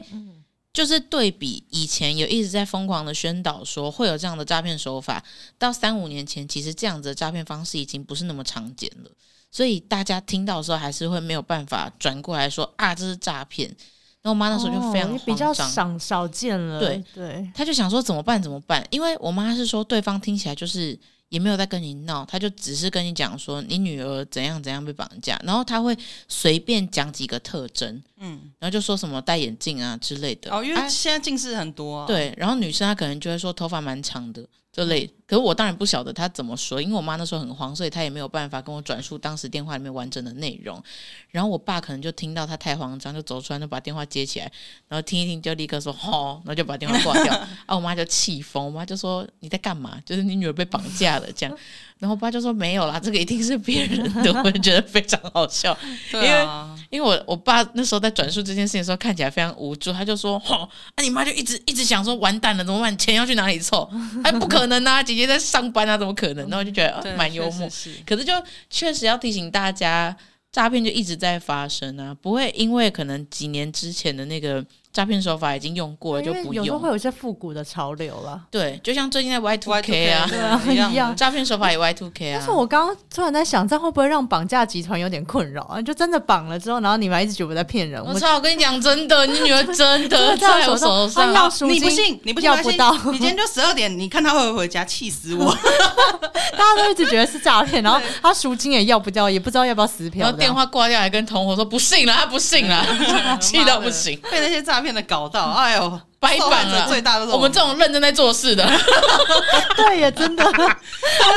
Speaker 2: 就是对比以前有一直在疯狂的宣导说会有这样的诈骗手法，到三五年前，其实这样子的诈骗方式已经不是那么常见了，所以大家听到的时候还是会没有办法转过来说啊这是诈骗。然后我妈那时候就非常
Speaker 3: 哦
Speaker 2: 慌张，
Speaker 3: 比较少少见了，
Speaker 2: 对
Speaker 3: 对，
Speaker 2: 他就想说怎么办怎么办？因为我妈是说对方听起来就是也没有在跟你闹，他就只是跟你讲说你女儿怎样怎样被绑架，然后他会随便讲几个特征，
Speaker 1: 嗯，
Speaker 2: 然后就说什么戴眼镜啊之类的。
Speaker 1: 哦，因
Speaker 2: 啊
Speaker 1: 为现在近视很多、啊，，
Speaker 2: 对，然后女生她可能就会说头发蛮长的这类，可是我当然不晓得她怎么说，因为我妈那时候很慌，所以她也没有办法跟我转述当时电话里面完整的内容。然后我爸可能就听到她太慌张，就走出来就把电话接起来，然后听一听就立刻说吼，然后就把电话挂掉。 [laughs] 啊，我妈就气疯，我妈就说你在干嘛？就是你女儿被绑架了这样。 [laughs] 然后我爸就说没有啦，这个一定是别人的，我就觉得非常好笑。
Speaker 1: 对啊，
Speaker 2: 因为我我爸那时候在转述这件事情的时候，看起来非常无助，他就说：“吼、啊，你妈就一直一直想说，完蛋了，怎么办？钱要去哪里
Speaker 3: [laughs]
Speaker 2: 凑？哎，不可能啊，姐姐在上班啊，怎么可
Speaker 3: 嗯
Speaker 2: 能？”然后我就觉得
Speaker 1: 对
Speaker 2: 呃蛮幽
Speaker 1: 确
Speaker 2: 默，
Speaker 1: 实是
Speaker 2: 可是就确实要提醒大家，诈骗就一直在发生啊，不会因为可能几年之前的那个诈骗手法已经用过了
Speaker 3: 因
Speaker 2: 就
Speaker 3: 为
Speaker 2: 不
Speaker 3: 有时候
Speaker 2: 用
Speaker 3: 会。有一些复古的潮流啦。
Speaker 2: 对，就像最近在 Y two K
Speaker 1: Y2K
Speaker 2: 啊，
Speaker 1: 对
Speaker 3: 对啊一
Speaker 1: 一
Speaker 3: 样
Speaker 1: 样
Speaker 3: 啊
Speaker 1: 的。
Speaker 2: 诈骗手法也 Y two K 啊。
Speaker 3: 但是我刚刚突然在想，这样会不会让绑架集团有点困扰 [laughs] 啊？就真的绑了之后，然后你们还一直觉得我在
Speaker 2: [laughs]
Speaker 3: 骗人，
Speaker 2: 我
Speaker 3: 我
Speaker 2: 操！我跟你讲，真的，你女儿真的
Speaker 3: 真的在我
Speaker 2: 在我手
Speaker 3: 手上
Speaker 2: 上
Speaker 3: 啊，要
Speaker 1: 好
Speaker 3: 赎
Speaker 1: 你不
Speaker 3: 金
Speaker 1: 信，你不信
Speaker 3: 要
Speaker 1: 没关系
Speaker 3: 不到
Speaker 1: 你今天就十二点，你看他会不会回家，气死我！
Speaker 3: 大家都一直觉得是诈骗，然后他赎金也要不掉，也不知道要不要撕票
Speaker 2: 然
Speaker 3: 这样。
Speaker 2: 后电话挂掉，还跟同伙说不信了，他不
Speaker 1: [laughs]
Speaker 2: 信了，气到不行，
Speaker 1: 被那些诈骗的搞到，哎呦，
Speaker 2: 白
Speaker 1: 受害
Speaker 2: 绑
Speaker 1: 者
Speaker 2: 了。
Speaker 1: 最大的
Speaker 2: 我们这种认真在做事的，
Speaker 3: [laughs]
Speaker 2: [laughs]
Speaker 3: 对也真
Speaker 1: [laughs]
Speaker 3: 的，
Speaker 1: 他们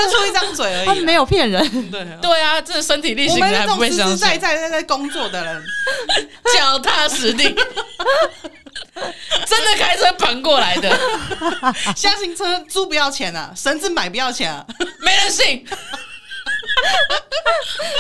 Speaker 1: 就出一张嘴而
Speaker 3: 他
Speaker 2: 啊
Speaker 1: 已
Speaker 3: 们
Speaker 1: 啦，
Speaker 3: 没有骗人， [laughs]
Speaker 1: 对啊。
Speaker 2: 对啊，这身体力
Speaker 1: 我
Speaker 2: 行的
Speaker 1: 们
Speaker 2: 还
Speaker 1: 这
Speaker 2: 不
Speaker 1: 种
Speaker 2: 被
Speaker 1: 实
Speaker 2: 相
Speaker 1: 实
Speaker 2: 信
Speaker 1: 在，在在在工作的人，
Speaker 2: 脚踏实地， [laughs] 真的开车盘过来
Speaker 1: [laughs]
Speaker 2: 的，
Speaker 1: 相信车租不要钱啊，绳子买不要钱啊，
Speaker 2: 没人信。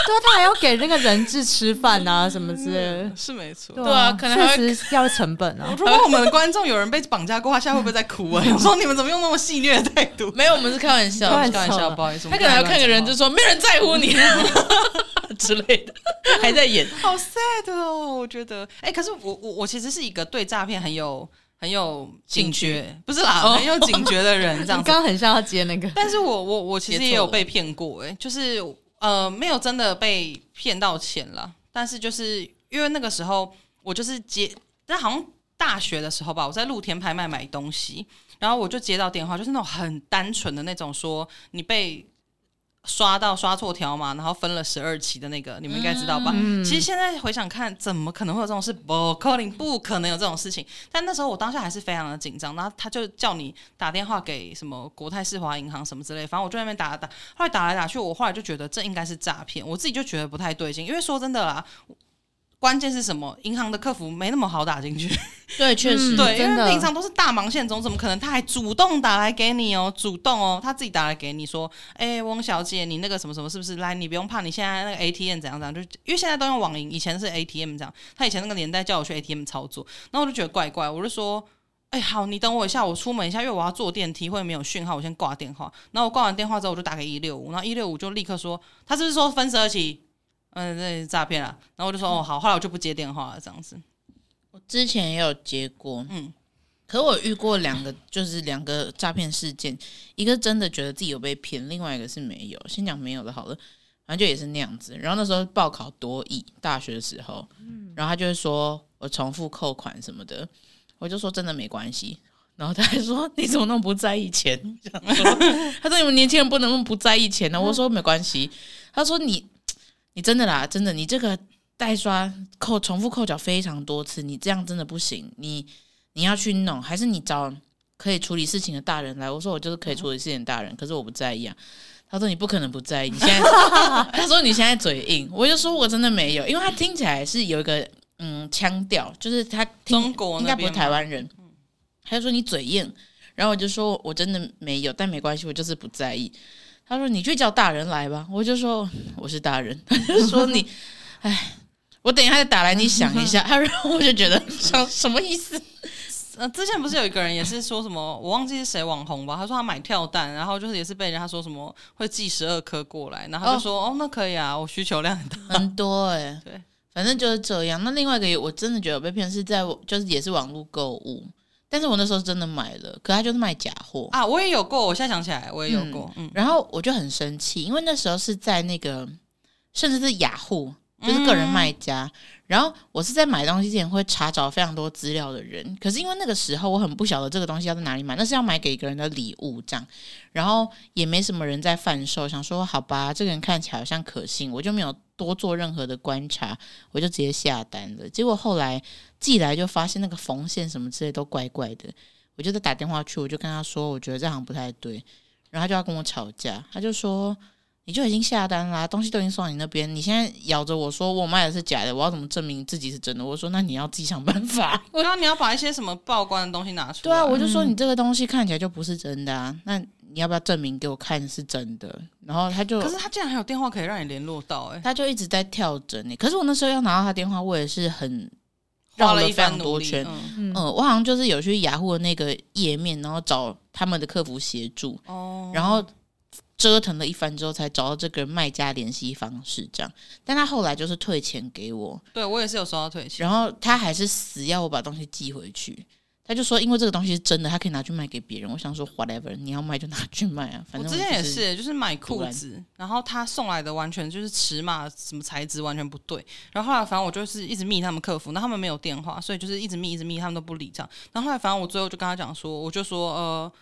Speaker 3: 对，啊他还要给那个人质吃饭啊什么之类的。
Speaker 1: 是没错。
Speaker 2: 嗯
Speaker 3: 对
Speaker 2: 对啊可能还会
Speaker 3: 确实要成本
Speaker 2: [laughs]
Speaker 3: 啊。
Speaker 1: 如果我们的观众有人被绑架过，他现在会不会在哭啊？我说你们怎么用那么戏谑的态度？
Speaker 2: 没有，我们是开玩笑，
Speaker 3: 开玩
Speaker 1: 开玩笑，不好意思，
Speaker 2: 他可能还要看个人就
Speaker 1: 就是
Speaker 2: 说没人在乎你啊
Speaker 1: [laughs]
Speaker 2: [laughs] 之类的，还在演。
Speaker 1: 好 sad 哦，我觉得。哎，可是我我我其实是一个对诈骗很有很有警
Speaker 2: 警
Speaker 1: 觉，不是啦，
Speaker 2: 哦
Speaker 1: 很有警觉的人，这
Speaker 3: 你
Speaker 1: 样子
Speaker 3: 刚。刚很像要接那个，
Speaker 1: 但是我我我其实
Speaker 2: 别错
Speaker 1: 也有
Speaker 2: 了
Speaker 1: 被骗过、欸，就是呃没有真的被骗到钱了，但是就是因为那个时候我就是接，但好像大学的时候吧，我在露天拍卖买东西，然后我就接到电话，就是那种很单纯的那种说你被。刷到刷错条码，然后分了十二期的那个，你们应该知道吧？其实现在回想看，怎么可能会有这种事？不可能，不可能有这种事情。但那时候我当下还是非常的紧张，然后他就叫你打电话给什么国泰世华银行什么之类，反正我就在那边打打打，后来打来打去，我后来就觉得这应该是诈骗，我自己就觉得不太对劲，因为说真的啦。关键是什么？银行的客服没那么好打进去，
Speaker 2: 对，确实，
Speaker 3: 嗯
Speaker 1: 对，因
Speaker 3: 真的
Speaker 1: 为平常都是大忙线中，怎么可能他还主动打来给你哦？主动哦，他自己打来给你说，哎、翁小姐，你那个什么什么是不是？来，你不用怕，你现在那个
Speaker 3: [laughs]
Speaker 1: ATM 怎样怎样，就因为现在都用网银，以前是 ATM 这样，他以前那个年代叫我去 ATM 操作，然后我就觉得怪怪，我就说。哎、好，你等我一下，我出门一下，因为我要坐电梯，会没有讯号，我先挂电话。然后我挂完电话之后，我就打给一六五，然后一六五就立刻说，他是不是说分十二期？嗯，那是诈骗了。然后我就说，哦，好，后来我就不接电话了，这样子。
Speaker 2: 我之前也有接过，
Speaker 1: 嗯
Speaker 2: 嗯，可我遇过两个， [laughs] 就是两个诈骗事件，一个真的觉得自己有被骗，另外一个是没有。先讲没有的好了，反正就也是那样子。然后那时候报考多艺，大学的时候，然后他就会说我重复扣款什么的，我就说真的没关系。然后他还说：“ [laughs] 你怎么那么不在意钱？” [laughs] 想说他说：“你们年轻人不能那么不在意钱啊呢。”我说：“没关系。”他说：“你，你真的啦，真的，你这个代刷扣重复扣缴非常多次，你这样真的不行，你你要去弄，还是你找可以处理事情的大人来？我说我就是可以处理事情的大人，可是我不在意啊。他说你不可能不在意，你现在 [laughs] 他说你现在嘴硬，我就说我真的没有，因为他听起来是有一个嗯腔调，就是他听
Speaker 1: 中国
Speaker 2: 应
Speaker 1: 那
Speaker 2: 该不是
Speaker 1: 边
Speaker 2: 台
Speaker 1: 吗嗯
Speaker 2: 湾人，他就说你嘴硬，然后我就说我真的没有，但没关系，我就是不在意。他说你去叫大人来吧，我就说我是大人， [laughs] 他就说你，哎，我等一下再打来，你想 [laughs] 一下。他然后我就觉得想什么意思？啊
Speaker 1: 呃，之前不是有一个人也是说什么，我忘记是谁网红吧？他说他买跳蛋，然后就是也是被人家说什么会寄十二颗过来，然后他就说哦那可以啊，我需求量很大。
Speaker 2: 很多哎、欸，
Speaker 1: 对，
Speaker 2: 反正就是这样。那另外一个我真的觉得我被骗是在我就是也是网络购物，但是我那时候真的买了，可他就是卖假货。
Speaker 1: 啊，我也有过，我现在想起来我也有过，嗯，
Speaker 2: 然后我就很生气，因为那时候是在那个，甚至是雅虎，就是个人卖家。然后我是在买东西之前会查找非常多资料的人，可是因为那个时候我很不晓得这个东西要在哪里买，那是要买给一个人的礼物这样，然后也没什么人在贩售，想说好吧，这个人看起来好像可信，我就没有多做任何的观察，我就直接下单了。结果后来寄来就发现那个缝线什么之类都怪怪的，我就在打电话去，我就跟他说，我觉得这行不太对，然后他就要跟我吵架，他就说你就已经下单啦、东西都已经送到你那边，你现在咬着我说我卖的是假的，我要怎么证明自己是真的？我说那你要自己想办法。
Speaker 1: [laughs] 我然后你要把一些什么曝光的东西拿出
Speaker 2: 对
Speaker 1: 来，
Speaker 2: 啊，我就说你这个东西看起来就不是真的啊，那你要不要证明给我看是真的？然后他就
Speaker 1: 可是他竟然还有电话可以让你联络到、哎，
Speaker 2: 他就一直在跳针欸你，可是我那时候要拿到他电话，我也是很绕
Speaker 1: 花了
Speaker 2: 了
Speaker 1: 一
Speaker 2: 非
Speaker 1: 番
Speaker 2: 常
Speaker 1: 努
Speaker 2: 多
Speaker 1: 力，
Speaker 2: 圈，
Speaker 1: 嗯
Speaker 3: 嗯
Speaker 2: 嗯，我好像就是有去雅虎的那个页面，然后找他们的客服协助，
Speaker 1: 哦，
Speaker 2: 然后折腾了一番之后，才找到这个卖家联系方式，这样。但他后来就是退钱给我，
Speaker 1: 对我也是有收到退钱，
Speaker 2: 然后他还是死要我把东西寄回去。他就说，因为这个东西是真的，他可以拿去卖给别人。我想说，whatever，你要卖就拿去卖啊，反
Speaker 1: 我
Speaker 2: 正
Speaker 1: 之前也，
Speaker 2: 就是
Speaker 1: 就是买
Speaker 2: 突
Speaker 1: 裤
Speaker 2: 然
Speaker 1: 子，然后他送来的完全就是尺码、什么材质完全不对。然后后来反正我就是一直密他们客服，那他们没有电话，所以就是一直密一直密，他们都不理这样。然后后来反正我最后就跟他讲说，我就说呃，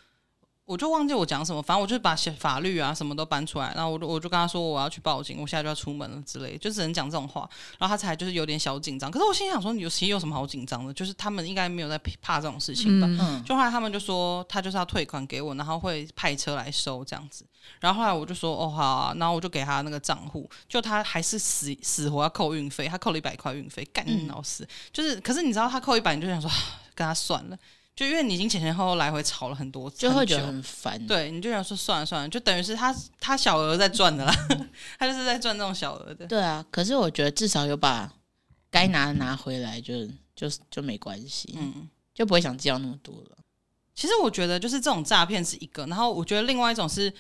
Speaker 1: 我就忘记我讲什么，反正我就把写法律啊什么都搬出来，然后我就我就跟他说我要去报警，我现在就要出门了之类的，就只能讲这种话。然后他才就是有点小紧张，可是我心想说，你有其实有什么好紧张的？就是他们应该没有在怕这种事情吧。
Speaker 3: 嗯，
Speaker 2: 嗯，
Speaker 1: 就后来他们就说他就是要退款给我，然后会派车来收这样子。然后后来我就说哦好啊，然后我就给他那个账户，就他还是死死活要扣运费，他扣了一百块运费，干你
Speaker 2: 嗯
Speaker 1: 老师！就是可是你知道他扣一百，你就想说啊跟他算了，就因为你已经前前后后来回吵了很多次，
Speaker 2: 就会
Speaker 1: 很
Speaker 2: 觉
Speaker 1: 久
Speaker 2: 得很烦。，
Speaker 1: 对，你就想说算了算了，就等于是他他小额在赚的啦， [laughs] 他就是在赚这种小额的。
Speaker 2: 对啊。可是我觉得至少有把该拿的拿回来就，就就没关系，
Speaker 1: 嗯，
Speaker 2: 就不会想计较那么多了。
Speaker 1: 其实我觉得就是这种诈骗是一个，然后我觉得另外一种是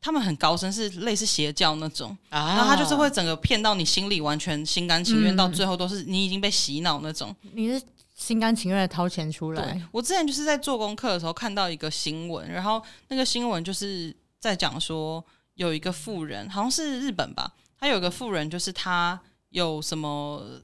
Speaker 1: 他们很高深，是类似邪教那种。
Speaker 2: 啊
Speaker 1: 然后他就是会整个骗到你心里，完全心甘情愿，
Speaker 3: 嗯
Speaker 1: 到最后都是你已经被洗脑那种。
Speaker 3: 你是心甘情愿的掏钱出来，
Speaker 1: 我之前就是在做功课的时候看到一个新闻，然后那个新闻就是在讲说有一个富人，好像是日本吧，他有一个富人，就是他有什么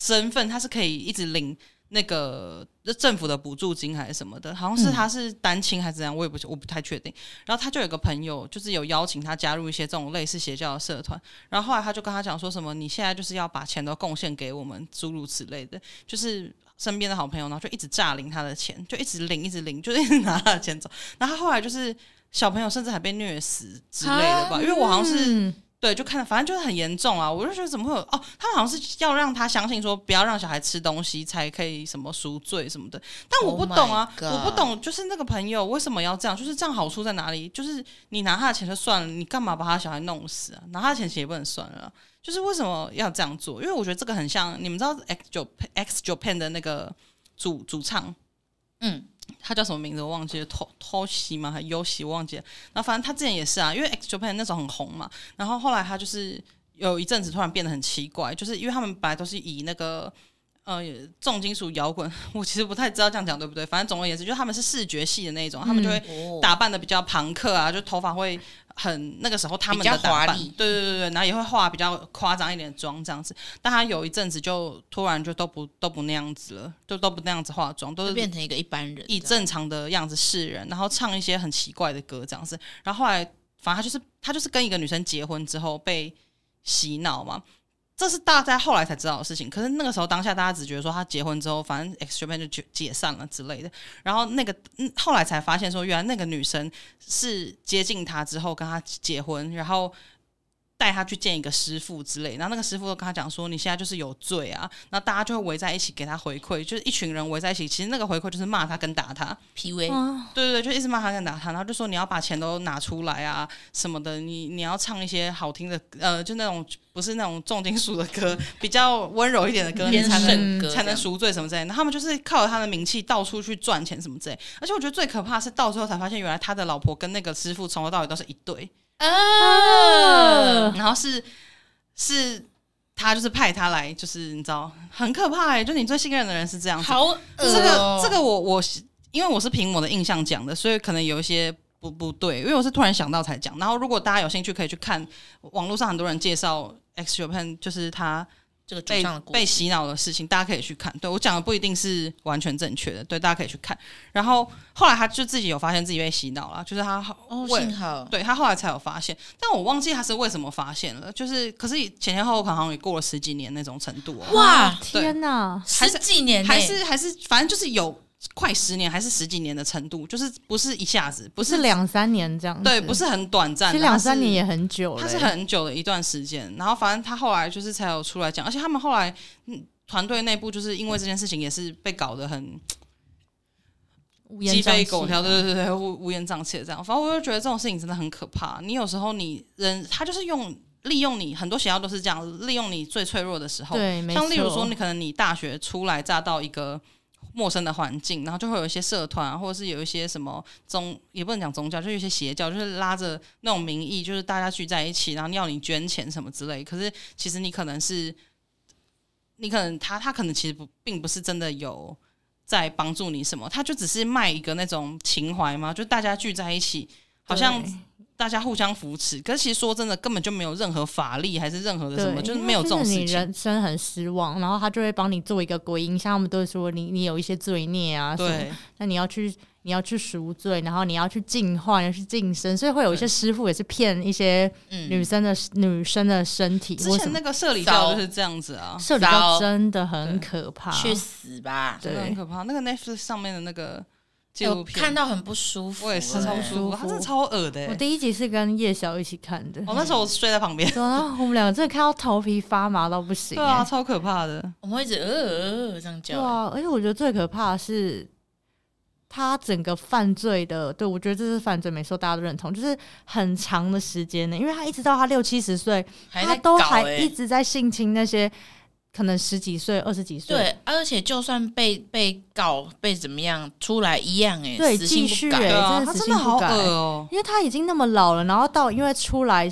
Speaker 1: 身份，他是可以一直领。那个政府的补助金还是什么的，好像是他是单亲还是怎样，我也不我不太确定。然后他就有个朋友，就是有邀请他加入一些这种类似邪教的社团，然后后来他就跟他讲说什么，你现在就是要把钱都贡献给我们，诸如此类的，就是身边的好朋友，然后就一直诈领他的钱，就一直领，一直领，就一直拿他的钱走。然后他后来就是小朋友甚至还被虐死之类的吧，因为我好像是。
Speaker 3: 嗯
Speaker 1: 对，就看，反正就是很严重啊！我就觉得怎么会有哦？他们好像是要让他相信说，不要让小孩吃东西才可以什么赎罪什么的。但我
Speaker 2: Oh
Speaker 1: 不懂啊
Speaker 2: my
Speaker 1: 我不
Speaker 2: God
Speaker 1: 懂，就是那个朋友为什么要这样？就是这样好处在哪里？就是你拿他的钱就算了，你干嘛把他小孩弄死啊？拿他的钱其实也不能算了啊、就是为什么要这样做？因为我觉得这个很像，你们知道 X 九 X 九 Pan 的那个主主唱，
Speaker 2: 嗯，
Speaker 1: 他叫什么名字我忘记了，偷偷袭吗？还是优喜我忘记了。然后反正他之前也是啊，因为 X Japan 那时候很红嘛，然后后来他就是有一阵子突然变得很奇怪，就是因为他们本来都是以那个。呃，重金属摇滚， [laughs] 我其实不太知道这样讲对不对。反正总而言之，就是他们是视觉系的那一种，他们就会
Speaker 2: 哦
Speaker 1: 打扮的比较朋克啊，就头发会很那个时候他们
Speaker 2: 比
Speaker 1: 的
Speaker 2: 较
Speaker 1: 打
Speaker 2: 华
Speaker 1: 扮
Speaker 2: 丽，
Speaker 1: 对对对对，然后也会化比较夸张一点的妆这样子。但他有一阵子就突然就都不都不那样子了，就都不那样子化妆，都
Speaker 2: 就是变成一个一般人
Speaker 1: 以
Speaker 2: 这样
Speaker 1: 正常的样子示人，然后唱一些很奇怪的歌这样子。然后后来，反正他就是他就是跟一个女生结婚之后被洗脑嘛，这是大家后来才知道的事情。可是那个时候当下大家只觉得说他结婚之后，反正 X Japan 就解解散了之类的。然后那个嗯，后来才发现说，原来那个女生是接近他之后跟他结婚，然后。带他去见一个师傅之类，然后那个师傅都跟他讲说，你现在就是有罪啊，那大家就会围在一起给他回馈，就是一群人围在一起，其实那个回馈就是骂他跟打他，
Speaker 2: PV，
Speaker 3: 哇
Speaker 1: 对对对，就一直骂他跟打他，然后就说你要把钱都拿出来啊什么的，你你要唱一些好听的，呃，就那种不是那种重金属的歌，比较温柔一点的歌，你
Speaker 2: 边
Speaker 1: 才能
Speaker 2: 圣歌
Speaker 1: 才能
Speaker 2: 这样
Speaker 1: 赎罪什么之类的。他们就是靠着他的名气到处去赚钱什么之类，而且我觉得最可怕的是到最后才发现，原来他的老婆跟那个师傅从头到尾都是一对，
Speaker 3: 嗯
Speaker 2: 啊，
Speaker 1: 然后是是。他就是派他来，就是你知道，很可怕哎、就你最信任的人是这样子，
Speaker 2: 好恶
Speaker 1: 这个
Speaker 2: 哦
Speaker 1: 这个我我是因为我是凭我的印象讲的，所以可能有一些不不对，因为我是突然想到才讲。然后如果大家有兴趣，可以去看网络上很多人介绍 X Japan，就是他
Speaker 2: 这个主
Speaker 1: 被
Speaker 2: 唱的故
Speaker 1: 被
Speaker 2: 事，
Speaker 1: 洗脑的事情，大家可以去看。对我讲的不一定是完全正确的，对，大家可以去看。然后后来他就自己有发现自己被洗脑了，就是他
Speaker 2: 哦，
Speaker 1: 为
Speaker 2: 幸好
Speaker 1: 对他后来才有发现，但我忘记他是为什么发现了。就是可是前前后后可能好像也过了十几年那种程度哦、
Speaker 2: 哇，
Speaker 3: 天哪！
Speaker 1: 还是
Speaker 2: 十几年呢
Speaker 1: 还是还是，反正就是有快十年还是十几年的程度，就是不是一下子，不
Speaker 3: 不是两三年这样子，
Speaker 1: 对，不是很短暂
Speaker 3: 其
Speaker 1: 的，
Speaker 3: 实两
Speaker 1: 它是
Speaker 3: 三年也很久了、
Speaker 1: 它是
Speaker 3: 欸
Speaker 1: 很久的一段时间。然后反正他后来就是才有出来讲，而且他们后来嗯团队内部就是因为这件事情也是被搞得很
Speaker 3: 乌烟
Speaker 1: 鸡
Speaker 3: 瘴
Speaker 1: 飞
Speaker 3: 气
Speaker 1: 狗跳，对对对，对乌乌烟瘴气的这样。反正我就觉得这种事情真的很可怕。你有时候你人他就是用利用你，很多学校都是这样，利用你最脆弱的时候，
Speaker 3: 对，没错。
Speaker 1: 像例如说，你可能你大学初来乍到一个陌生的环境，然后就会有一些社团啊，或者是有一些什么宗，也不能讲宗教，就有一些邪教，就是拉着那种名义，就是大家聚在一起，然后要你捐钱什么之类。可是其实你可能是，你可能他他可能其实不并不是真的有。在帮助你什么？他就只是卖一个那种情怀嘛，就大家聚在一起，好像
Speaker 3: 对
Speaker 1: 大家互相扶持。可是其实说真的，根本就没有任何法力，还是任何的什么，
Speaker 3: 对
Speaker 1: 就是
Speaker 3: 因为
Speaker 1: 没有这种
Speaker 3: 是
Speaker 1: 事
Speaker 3: 你
Speaker 1: 情。
Speaker 3: 人生很失望，然后他就会帮你做一个归因，像他们都会说你你有一些罪孽啊，什么，
Speaker 1: 对，
Speaker 3: 那你要去你要去赎罪，然后你要去净化，你要去净身，所以会有一些师傅也是骗一些女
Speaker 2: 嗯，
Speaker 3: 生的、女生的身体
Speaker 1: 之
Speaker 3: 或什
Speaker 1: 前
Speaker 3: 么
Speaker 1: 那，个社里教就是这样子啊，
Speaker 3: 社里教
Speaker 2: 糟
Speaker 3: 真的很可怕，
Speaker 2: 去死吧！
Speaker 3: 对
Speaker 1: 真的很可怕。那个 Netflix 上面的那个纪录
Speaker 2: 有
Speaker 1: 片，
Speaker 2: 看到很不舒服，欸
Speaker 1: 我也是欸超不舒
Speaker 3: 舒
Speaker 1: 服，
Speaker 3: 服
Speaker 1: 他真的超恶的、
Speaker 3: 我
Speaker 1: 欸。
Speaker 3: 第一集是跟叶晓一起看的，
Speaker 1: 我那时候我睡在
Speaker 3: [laughs]
Speaker 1: 旁边，
Speaker 3: 对啊，我们两个真的看到头皮发麻到不行、
Speaker 1: 对
Speaker 3: 欸，
Speaker 1: 啊，超可怕的。
Speaker 2: 我们会一直呃呃呃这样
Speaker 3: 对
Speaker 2: 叫，
Speaker 3: 啊，而且我觉得最可怕的是他整个犯罪的，对我觉得这是犯罪，没错，大家都认同，就是很长的时间呢，因为他一直到他六七十岁，
Speaker 2: 还
Speaker 3: 他
Speaker 2: 在
Speaker 3: 都
Speaker 2: 搞
Speaker 3: 还
Speaker 2: 欸
Speaker 3: 一直在性侵那些可能十几岁、二十几岁，
Speaker 2: 对，而且就算被被告被怎么样出来一样哎、
Speaker 3: 对
Speaker 2: 死性
Speaker 3: 继续
Speaker 2: 不改
Speaker 3: 欸
Speaker 1: 对啊，
Speaker 3: 真的
Speaker 1: 他
Speaker 3: 死
Speaker 1: 真
Speaker 3: 性
Speaker 1: 的好
Speaker 3: 不改
Speaker 1: 恶哦、
Speaker 3: 因为他已经那么老了，然后到因为出来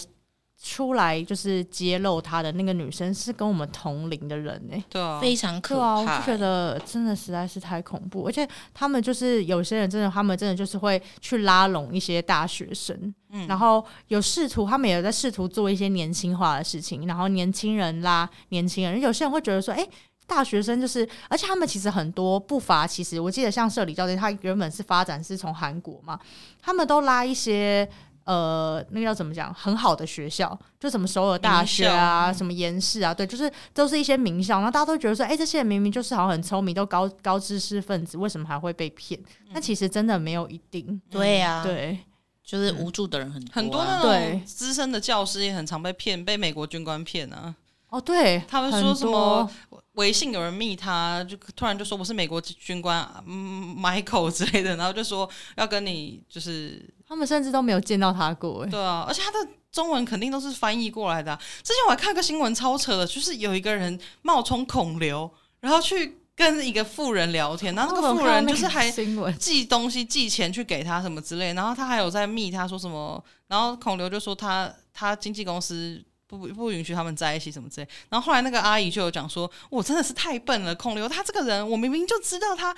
Speaker 3: 出来就是揭露他的那个女生是跟我们同龄的人哎、
Speaker 1: 对啊，
Speaker 2: 非常可
Speaker 3: 对啊，
Speaker 2: 怕、欸
Speaker 3: 我就觉得真的实在是太恐怖，而且他们就是有些人真的，他们真的就是会去拉拢一些大学生，
Speaker 1: 嗯
Speaker 3: 然后有试图，他们也有在试图做一些年轻化的事情，然后年轻人拉年轻人，有些人会觉得说，哎、大学生就是，呃而且他们其实很多不乏，其实我记得像社里教练，他原本是发展是从韩国嘛，他们都拉一些呃，那个要怎么讲，很好的学校，就什么首尔大学啊，什么延世啊，对，就是都是一些名校，然后大家都觉得说，哎、这些人明明就是好像很聪明，都高高知识分子，为什么还会被骗？那、其实真的没有一定，
Speaker 2: 对呀、
Speaker 3: 嗯对，啊
Speaker 2: 就是无助的人很多、啊，
Speaker 1: 很多那
Speaker 3: 对
Speaker 1: 种资深的教师也很常被骗，被美国军官骗啊。
Speaker 3: 哦，对，
Speaker 1: 他们
Speaker 3: 很
Speaker 1: 说什
Speaker 3: 多
Speaker 1: 么微信有人密他，就突然就说我是美国军官、嗯、Michael 之类的，然后就说要跟你就是
Speaker 3: 他们甚至都没有见到他过，哎，
Speaker 1: 对啊，而且他的中文肯定都是翻译过来的啊、之前我还看个新闻超扯的，就是有一个人冒充孔刘，然后去跟一个富人聊天，然后那啊
Speaker 3: 哦
Speaker 1: 个
Speaker 3: 我
Speaker 1: 富
Speaker 3: 看到
Speaker 1: 人
Speaker 3: 那
Speaker 1: 就是
Speaker 3: 个
Speaker 1: 还 [laughs]
Speaker 3: 新闻，
Speaker 1: 寄东西、寄钱去给他什么之类，然后他还有在密他说什么，然后孔刘就说他他经纪公司不不允许他们在一起什么之类，然后后来那个阿姨就有讲说，我真的是太笨了，孔刘他这个人，我明明就知道他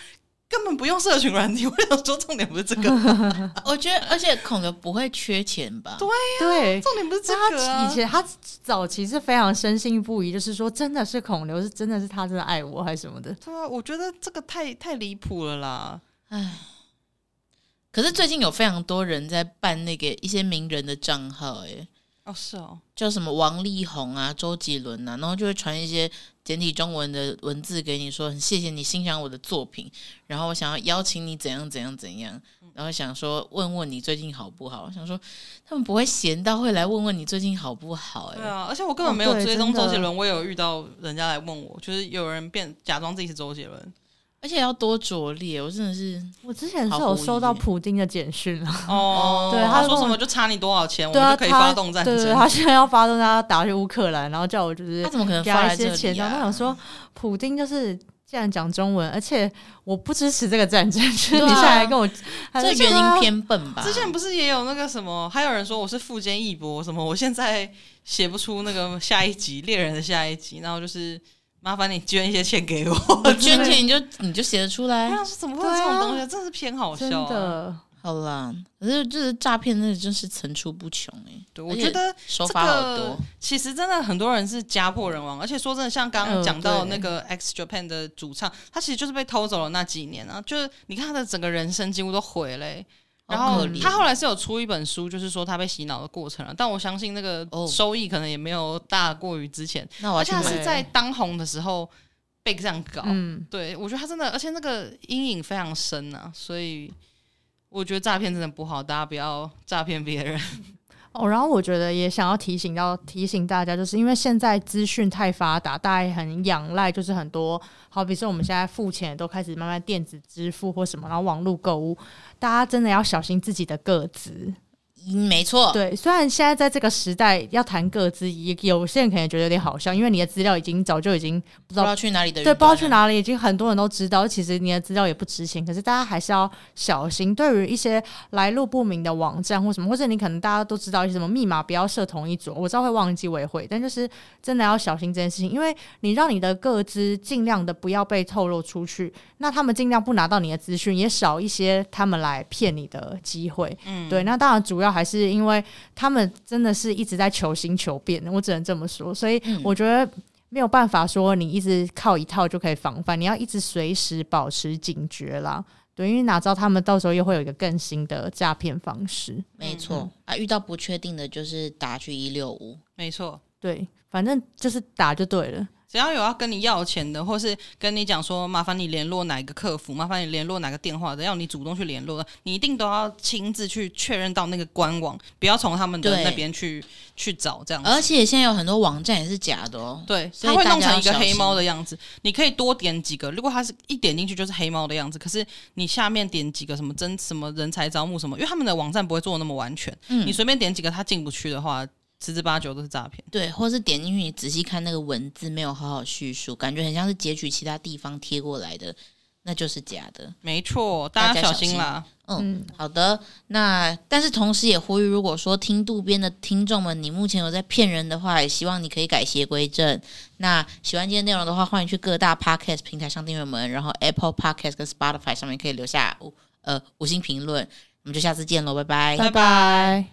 Speaker 1: 根本不用社群软体，我想说重点不是
Speaker 3: [laughs]
Speaker 1: 这个，
Speaker 2: 我觉得，而且孔刘不会缺钱吧？
Speaker 1: 对
Speaker 3: 对，
Speaker 1: 重点不是这
Speaker 3: 那
Speaker 1: 个、
Speaker 3: 他
Speaker 1: 啊
Speaker 3: 以。前他早期是非常深信不疑，就是说真的是孔刘是真的是他真的爱我还是什么的。
Speaker 1: 对啊，我觉得这个太太离谱了啦。
Speaker 2: 可是最近有非常多人在办那个一些名人的账号、哎，
Speaker 1: 哦，是哦，
Speaker 2: 叫什么王力宏啊、周杰伦啊，然后就会传一些简体中文的文字给你说，很谢谢你欣赏我的作品，然后我想要邀请你怎样怎样怎样，
Speaker 1: 嗯
Speaker 2: 然后想说问问你最近好不好？我想说他们不会闲到会来问问你最近好不好、
Speaker 1: 对
Speaker 2: 哎、
Speaker 1: 啊，而且我根本
Speaker 3: 哦
Speaker 1: 没有
Speaker 3: 对
Speaker 1: 追踪
Speaker 3: 真的
Speaker 1: 周杰伦，我也有遇到人家来问我，就是有人变假装自己是周杰
Speaker 3: [laughs]
Speaker 1: 伦。
Speaker 2: 而且要多拙劣，我真的是
Speaker 3: 我之前是
Speaker 2: 好
Speaker 3: 有
Speaker 2: 狐疑
Speaker 3: 收到
Speaker 2: 耶
Speaker 3: 普丁的简讯了，
Speaker 1: 哦，
Speaker 3: 对他
Speaker 1: 他
Speaker 3: 就
Speaker 1: 说
Speaker 3: 跟
Speaker 1: 什
Speaker 3: 我
Speaker 1: 么就差你多少钱，我
Speaker 3: 对
Speaker 1: 们
Speaker 3: 啊，
Speaker 1: 就可以
Speaker 3: 他
Speaker 1: 发动战
Speaker 3: 对对，
Speaker 1: 争。
Speaker 3: 他现在要发动，他要打去乌克兰，然后叫我就是
Speaker 2: 他怎么可能
Speaker 3: 给
Speaker 2: 发
Speaker 3: 他
Speaker 2: 来
Speaker 3: 一
Speaker 2: 这
Speaker 3: 些钱。
Speaker 2: 里
Speaker 3: 然后
Speaker 2: 啊？
Speaker 3: 我想说，普丁就是既然讲中文，而且我不支持这个战争，就是
Speaker 2: 对啊
Speaker 3: 你现在来跟我，还
Speaker 2: 这
Speaker 3: 是
Speaker 2: 原
Speaker 3: 对啊
Speaker 2: 因偏笨
Speaker 1: [laughs]
Speaker 2: 吧？
Speaker 1: 之前不是也有那个什么，还有人说我是富坚义博什么，我现在写不出那个下一集猎人的下一集，然后就是麻烦你捐一些钱给
Speaker 3: [laughs]
Speaker 1: 我。
Speaker 2: 我捐钱你就你就写得出
Speaker 1: 我
Speaker 2: 来，
Speaker 1: 想说怎么会有哎这
Speaker 3: 对啊
Speaker 1: 种东西，真的是偏好
Speaker 3: 真
Speaker 1: 笑啊。
Speaker 3: 的。
Speaker 2: 好啦。可是就是诈骗，那真是层出不穷哎、
Speaker 1: 对，我
Speaker 2: 而且
Speaker 1: 觉得
Speaker 2: 手法好多。
Speaker 1: 这个其实真的很多人是家破人亡，而且说真的，像刚刚讲到
Speaker 3: 嗯
Speaker 1: 那
Speaker 3: 对
Speaker 1: 个 X Japan 的主唱，他其实就是被偷走了那几年啊，就是你看他的整个人生几乎都毁了欸、然
Speaker 2: 好
Speaker 1: 后
Speaker 2: 可怜
Speaker 1: 他后来是有出一本书，就是说他被洗脑的过程啊，但我相信那个
Speaker 2: 哦
Speaker 1: 收益可能也没有大过于之前，
Speaker 2: 那
Speaker 1: 而
Speaker 2: 我要
Speaker 1: 且
Speaker 2: 去
Speaker 1: 他
Speaker 2: 买
Speaker 1: 是在当红的时候被这样搞，
Speaker 3: 嗯，
Speaker 1: 对我觉得他真的，而且那个阴影非常深啊，所以我觉得诈骗真的不好，大家不要诈骗别人。 [laughs]
Speaker 3: 哦，然后我觉得也想要提醒到提醒大家，就是因为现在资讯太发达，大家也很仰赖，就是很多，好比说我们现在付钱都开始慢慢电子支付或什么，然后网络购物，大家真的要小心自己的个资。
Speaker 2: 嗯没错，
Speaker 3: 对，虽然现在在这个时代要谈个资，也有些人可能觉得有点好笑，因为你的资料已经早就已经不
Speaker 2: 不
Speaker 3: 知
Speaker 2: 知
Speaker 3: 道
Speaker 2: 道去哪里的云
Speaker 3: 对，
Speaker 2: 端
Speaker 3: 不知道去
Speaker 2: 啊。
Speaker 3: 哪里，已经很多人都知道。其实你的资料也不值钱，可是大家还是要小心。对于一些来路不明的网站或什么，或者你可能大家都知道一些什么密码，不要设同一组。我知道会忘记，我也会，但就是真的要小心这件事情，因为你让你的个资尽量的不要被透露出去，那他们尽量不拿到你的资讯，也少一些他们来骗你的机会。嗯，对。那当然，主要还是因为他们真的是一直在求新求变，我只能这么说。所以
Speaker 2: 嗯
Speaker 3: 我觉得没有办法说你一直靠一套就可以防范，你要一直随时保持警觉啦。对，因为哪知道他们到时候又会有一个更新的诈骗方式。
Speaker 2: 没
Speaker 3: 嗯
Speaker 2: 错啊，遇到不确定的就是打去一六五，
Speaker 1: 没错，
Speaker 3: 对，反正就是打就对了。
Speaker 1: 只要有要跟你要钱的，或是跟你讲说麻烦你联络哪一个客服，麻烦你联络哪个电话的，要你主动去联络的，你一定都要亲自去确认到那个官网，不要从他们的
Speaker 2: 对
Speaker 1: 那边去去找这样
Speaker 3: 嗯
Speaker 1: 子。
Speaker 2: 而且现在有很多网站也是假的哦。
Speaker 1: 对，
Speaker 2: 所
Speaker 1: 它
Speaker 2: 以
Speaker 1: 会
Speaker 2: 大家
Speaker 1: 弄成一个
Speaker 2: 要小
Speaker 1: 黑
Speaker 2: 心
Speaker 1: 猫的样子。你可以多点几个，如果它是一点进去就是黑猫的样子，可是你下面点几个什么真什么人才招募什么，因为他们的网站不会做得那么完全，
Speaker 2: 嗯
Speaker 1: 你随便点几个它进不去的话，十之八九都是诈骗。
Speaker 2: 对，或是点进去你仔细看那个文字，没有好好叙述，感觉很像是截取其他地方贴过来的，那就是假的。
Speaker 1: 没错，
Speaker 2: 大
Speaker 1: 大
Speaker 2: 家
Speaker 1: 家
Speaker 2: 小
Speaker 1: 小心
Speaker 2: 心
Speaker 1: 啦。
Speaker 2: 嗯，好的。那但是同时也呼吁，如果说听渡边的听众们，你目前有在骗人的话，也希望你可以改邪归正。那喜欢今天内容的话，欢迎去各大 podcast 平台上订阅我们，然后 Apple Podcast 跟 Spotify 上面可以留下五呃五星评论。我们就下次见喽，拜拜。
Speaker 3: 拜拜